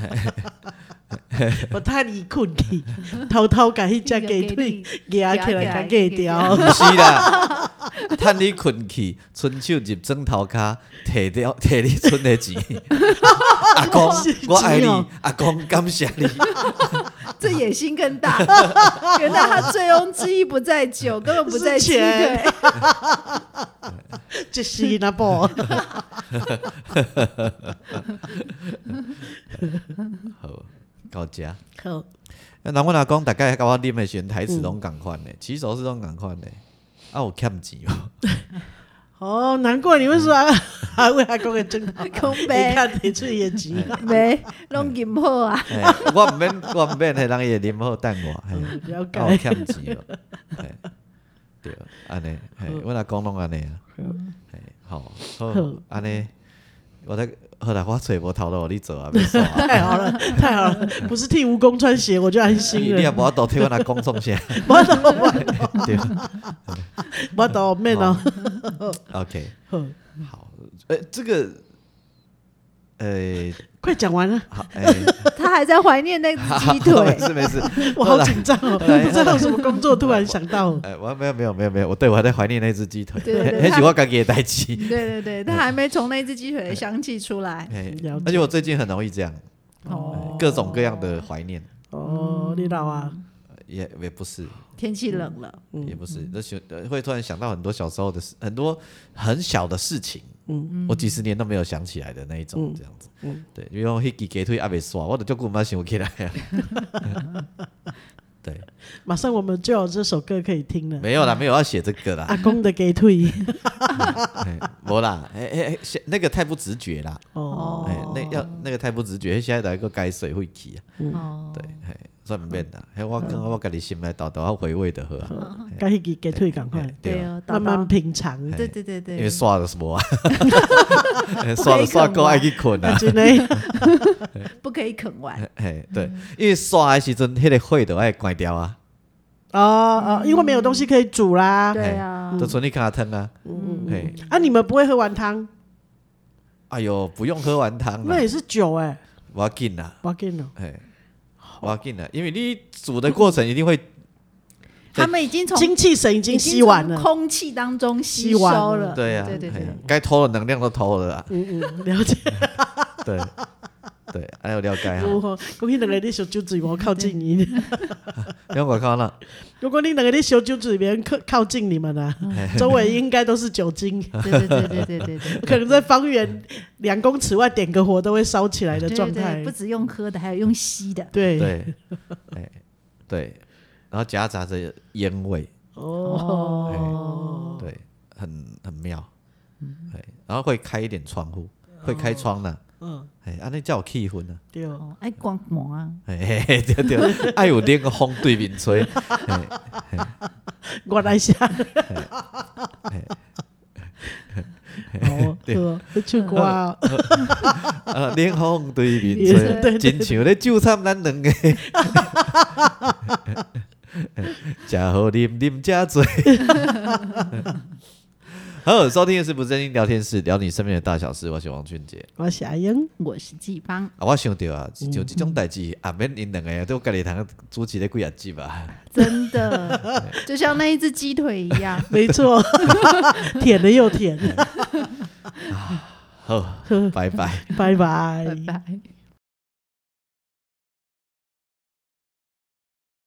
Speaker 2: 我太离困去，偷偷把迄只鸡 腿夹起来，甲夹掉。
Speaker 1: 毋是啦，趁你困去，伸手入枕头骹，摕掉 摕你存的钱。 阿公，我爱你
Speaker 2: 是哦，
Speaker 1: 阿公感谢你。
Speaker 3: 这野心更 大。原来他醉翁之意不在酒，根本不在
Speaker 2: 是
Speaker 3: 鸡
Speaker 2: 钱
Speaker 3: 腿。
Speaker 2: 这啊是那不，
Speaker 1: 好，到遮。
Speaker 2: 好，
Speaker 1: 那阮阿公大概甲我啉的时阵台词拢共款
Speaker 2: 嗯
Speaker 1: 的，起手是拢共款的。啊，有欠钱 无？
Speaker 2: 哦，难怪你会说阿阿为阿公的哎真好，
Speaker 3: 空
Speaker 2: 你
Speaker 3: 杯
Speaker 2: 看提出眼睛，
Speaker 3: 没弄金破啊，
Speaker 1: 嘿我毋免， 我毋免，迄人伊会啉好等我。嘿
Speaker 2: 了
Speaker 1: 啊，有
Speaker 2: 解。
Speaker 1: 欠 钱无？嘿对，安尼，嘿，阮阿公拢安尼啊。嘿好，好
Speaker 2: 好，
Speaker 1: 安尼，我咧，后来我揣无头路，互你做啊，免煞啊。
Speaker 2: 太好了，太好了！不是替蜈蚣穿鞋，我就安
Speaker 1: 你
Speaker 2: 心
Speaker 1: 你也
Speaker 2: 了。
Speaker 1: 无法度替阮阿公 创啥，
Speaker 2: 我 懂，我
Speaker 1: 对
Speaker 2: 我懂，man 哦。
Speaker 1: ，OK，
Speaker 2: 好
Speaker 1: 好，呃，这个，呃，
Speaker 2: 快讲完了，
Speaker 1: 好，哎，
Speaker 3: 他还在怀念 那只鸡
Speaker 1: 没
Speaker 3: 腿。
Speaker 1: 事没事，
Speaker 2: 我 好紧张 哦，不
Speaker 1: 来
Speaker 2: 知道有什么工作，突然想到，
Speaker 1: 哎，我没有没有没有没有，我对我还在怀念那只鸡腿，
Speaker 3: 对 对对
Speaker 1: 也许我刚给代 鸡，
Speaker 3: 对对对，他还没从那只鸡腿的香气出来。
Speaker 1: 哎
Speaker 2: 了解
Speaker 1: 而且我最近很容易这样，哎
Speaker 3: 哦，
Speaker 1: 各种各样的怀念，
Speaker 2: 哦，你老啊，
Speaker 1: 也也不是，
Speaker 3: 天气冷了，
Speaker 1: 也不是，那小呃会突然想到很多小时候的事，很多很小的事情，嗯，我几十年都没有想起来的那一种，这样子，嗯，对，因为我那支鸡腿还没刷，我都就顾不想起来啊， 对，
Speaker 2: 马上我们就有这首歌可以听了。
Speaker 1: 没有啦，没有要写这个啦，
Speaker 2: 阿公的给 退
Speaker 1: 哎没啦，哎哎哎，写那个太不直觉啦，
Speaker 2: 哦，
Speaker 1: 哎，那要那个太不直觉，现在来个改水会起啊，
Speaker 2: 嗯
Speaker 1: 哎
Speaker 3: 哦，
Speaker 1: 对，嘿，算免啦，嘿，我跟我家己心内豆豆啊回味的喝啊，
Speaker 2: 该给给退，赶快
Speaker 1: 嘿对啊，
Speaker 3: 哦，
Speaker 2: 慢慢
Speaker 3: 慢，
Speaker 2: 品尝。
Speaker 3: 对对对对，
Speaker 1: 因为刷了什 么啊，刷了刷够爱去困啊。
Speaker 2: 真的，
Speaker 3: 不可以啃完，
Speaker 1: 嘿，对，因为刷的时阵，迄个火都爱关掉啊，
Speaker 2: 哦哦，因为没有东西可以煮啦。
Speaker 3: 对啊，
Speaker 1: 就剩你卡汤啊。嘿，
Speaker 2: 啊，你们不会喝完汤，
Speaker 1: 哎哟，不用喝完汤
Speaker 2: 那
Speaker 1: 啦，
Speaker 2: 也是酒哎，
Speaker 1: 我要紧啦，
Speaker 2: 我给你。
Speaker 1: 嘿，我要紧啦，因为你煮的过程一定会，
Speaker 3: 他们已经从
Speaker 2: 精气神已经
Speaker 3: 已
Speaker 2: 吸完
Speaker 3: 从
Speaker 2: 了。
Speaker 3: 空气当中吸
Speaker 2: 吸
Speaker 3: 收
Speaker 2: 完了
Speaker 3: 了，
Speaker 1: 对啊，
Speaker 3: 对对
Speaker 1: 嘿
Speaker 3: 对，
Speaker 1: 该偷的能量都偷了啦，
Speaker 2: 嗯嗯，了解。
Speaker 1: 对，对，还有了解啊 哈，
Speaker 2: 如何？恭喜两个你小酒嘴无靠近你。
Speaker 3: 嗯
Speaker 1: 因为我看了，
Speaker 2: 如果你两个你小酒嘴，别人靠靠近你们了，
Speaker 3: 嗯
Speaker 2: 周围应该都是酒 精，
Speaker 3: 对对对对对对对。
Speaker 2: 可能在方圆两公尺外点个火都会烧起来的
Speaker 3: 对
Speaker 2: 状
Speaker 3: 对对，
Speaker 2: 态
Speaker 3: 不。只用喝的，还有用吸的。
Speaker 2: 对，
Speaker 1: 对， 哎，对，然后夹杂着烟味，
Speaker 2: 哦，
Speaker 1: 哦对，很很妙，哎，然后会开一点窗户，会开窗呢，
Speaker 2: 嗯，
Speaker 1: 哎，啊，那叫有气氛啊。
Speaker 2: 对。
Speaker 3: 哦，爱光膜啊，
Speaker 1: 嘿 嘿嘿，对对，爱有那个风对面吹，啊
Speaker 2: 我来下。哦，对哦，唱歌啊，
Speaker 1: 啊，冷风对 面吹，
Speaker 2: 对对
Speaker 1: 真像咧酒掺咱两个。 食好啉啉加醉。 好，收听的是不正经聊天室，聊你身边的大小事。我是王俊杰。
Speaker 2: 我是阿英，
Speaker 3: 我是季芳，
Speaker 1: 啊，我想到啊，像这种代志，也免因两个都家己通主持咧几啊集吧。
Speaker 3: 真的就像那一只鸡腿一样。
Speaker 2: 没错， 舔了又舔，
Speaker 1: 好，拜拜。
Speaker 2: 拜拜
Speaker 3: 拜。拜。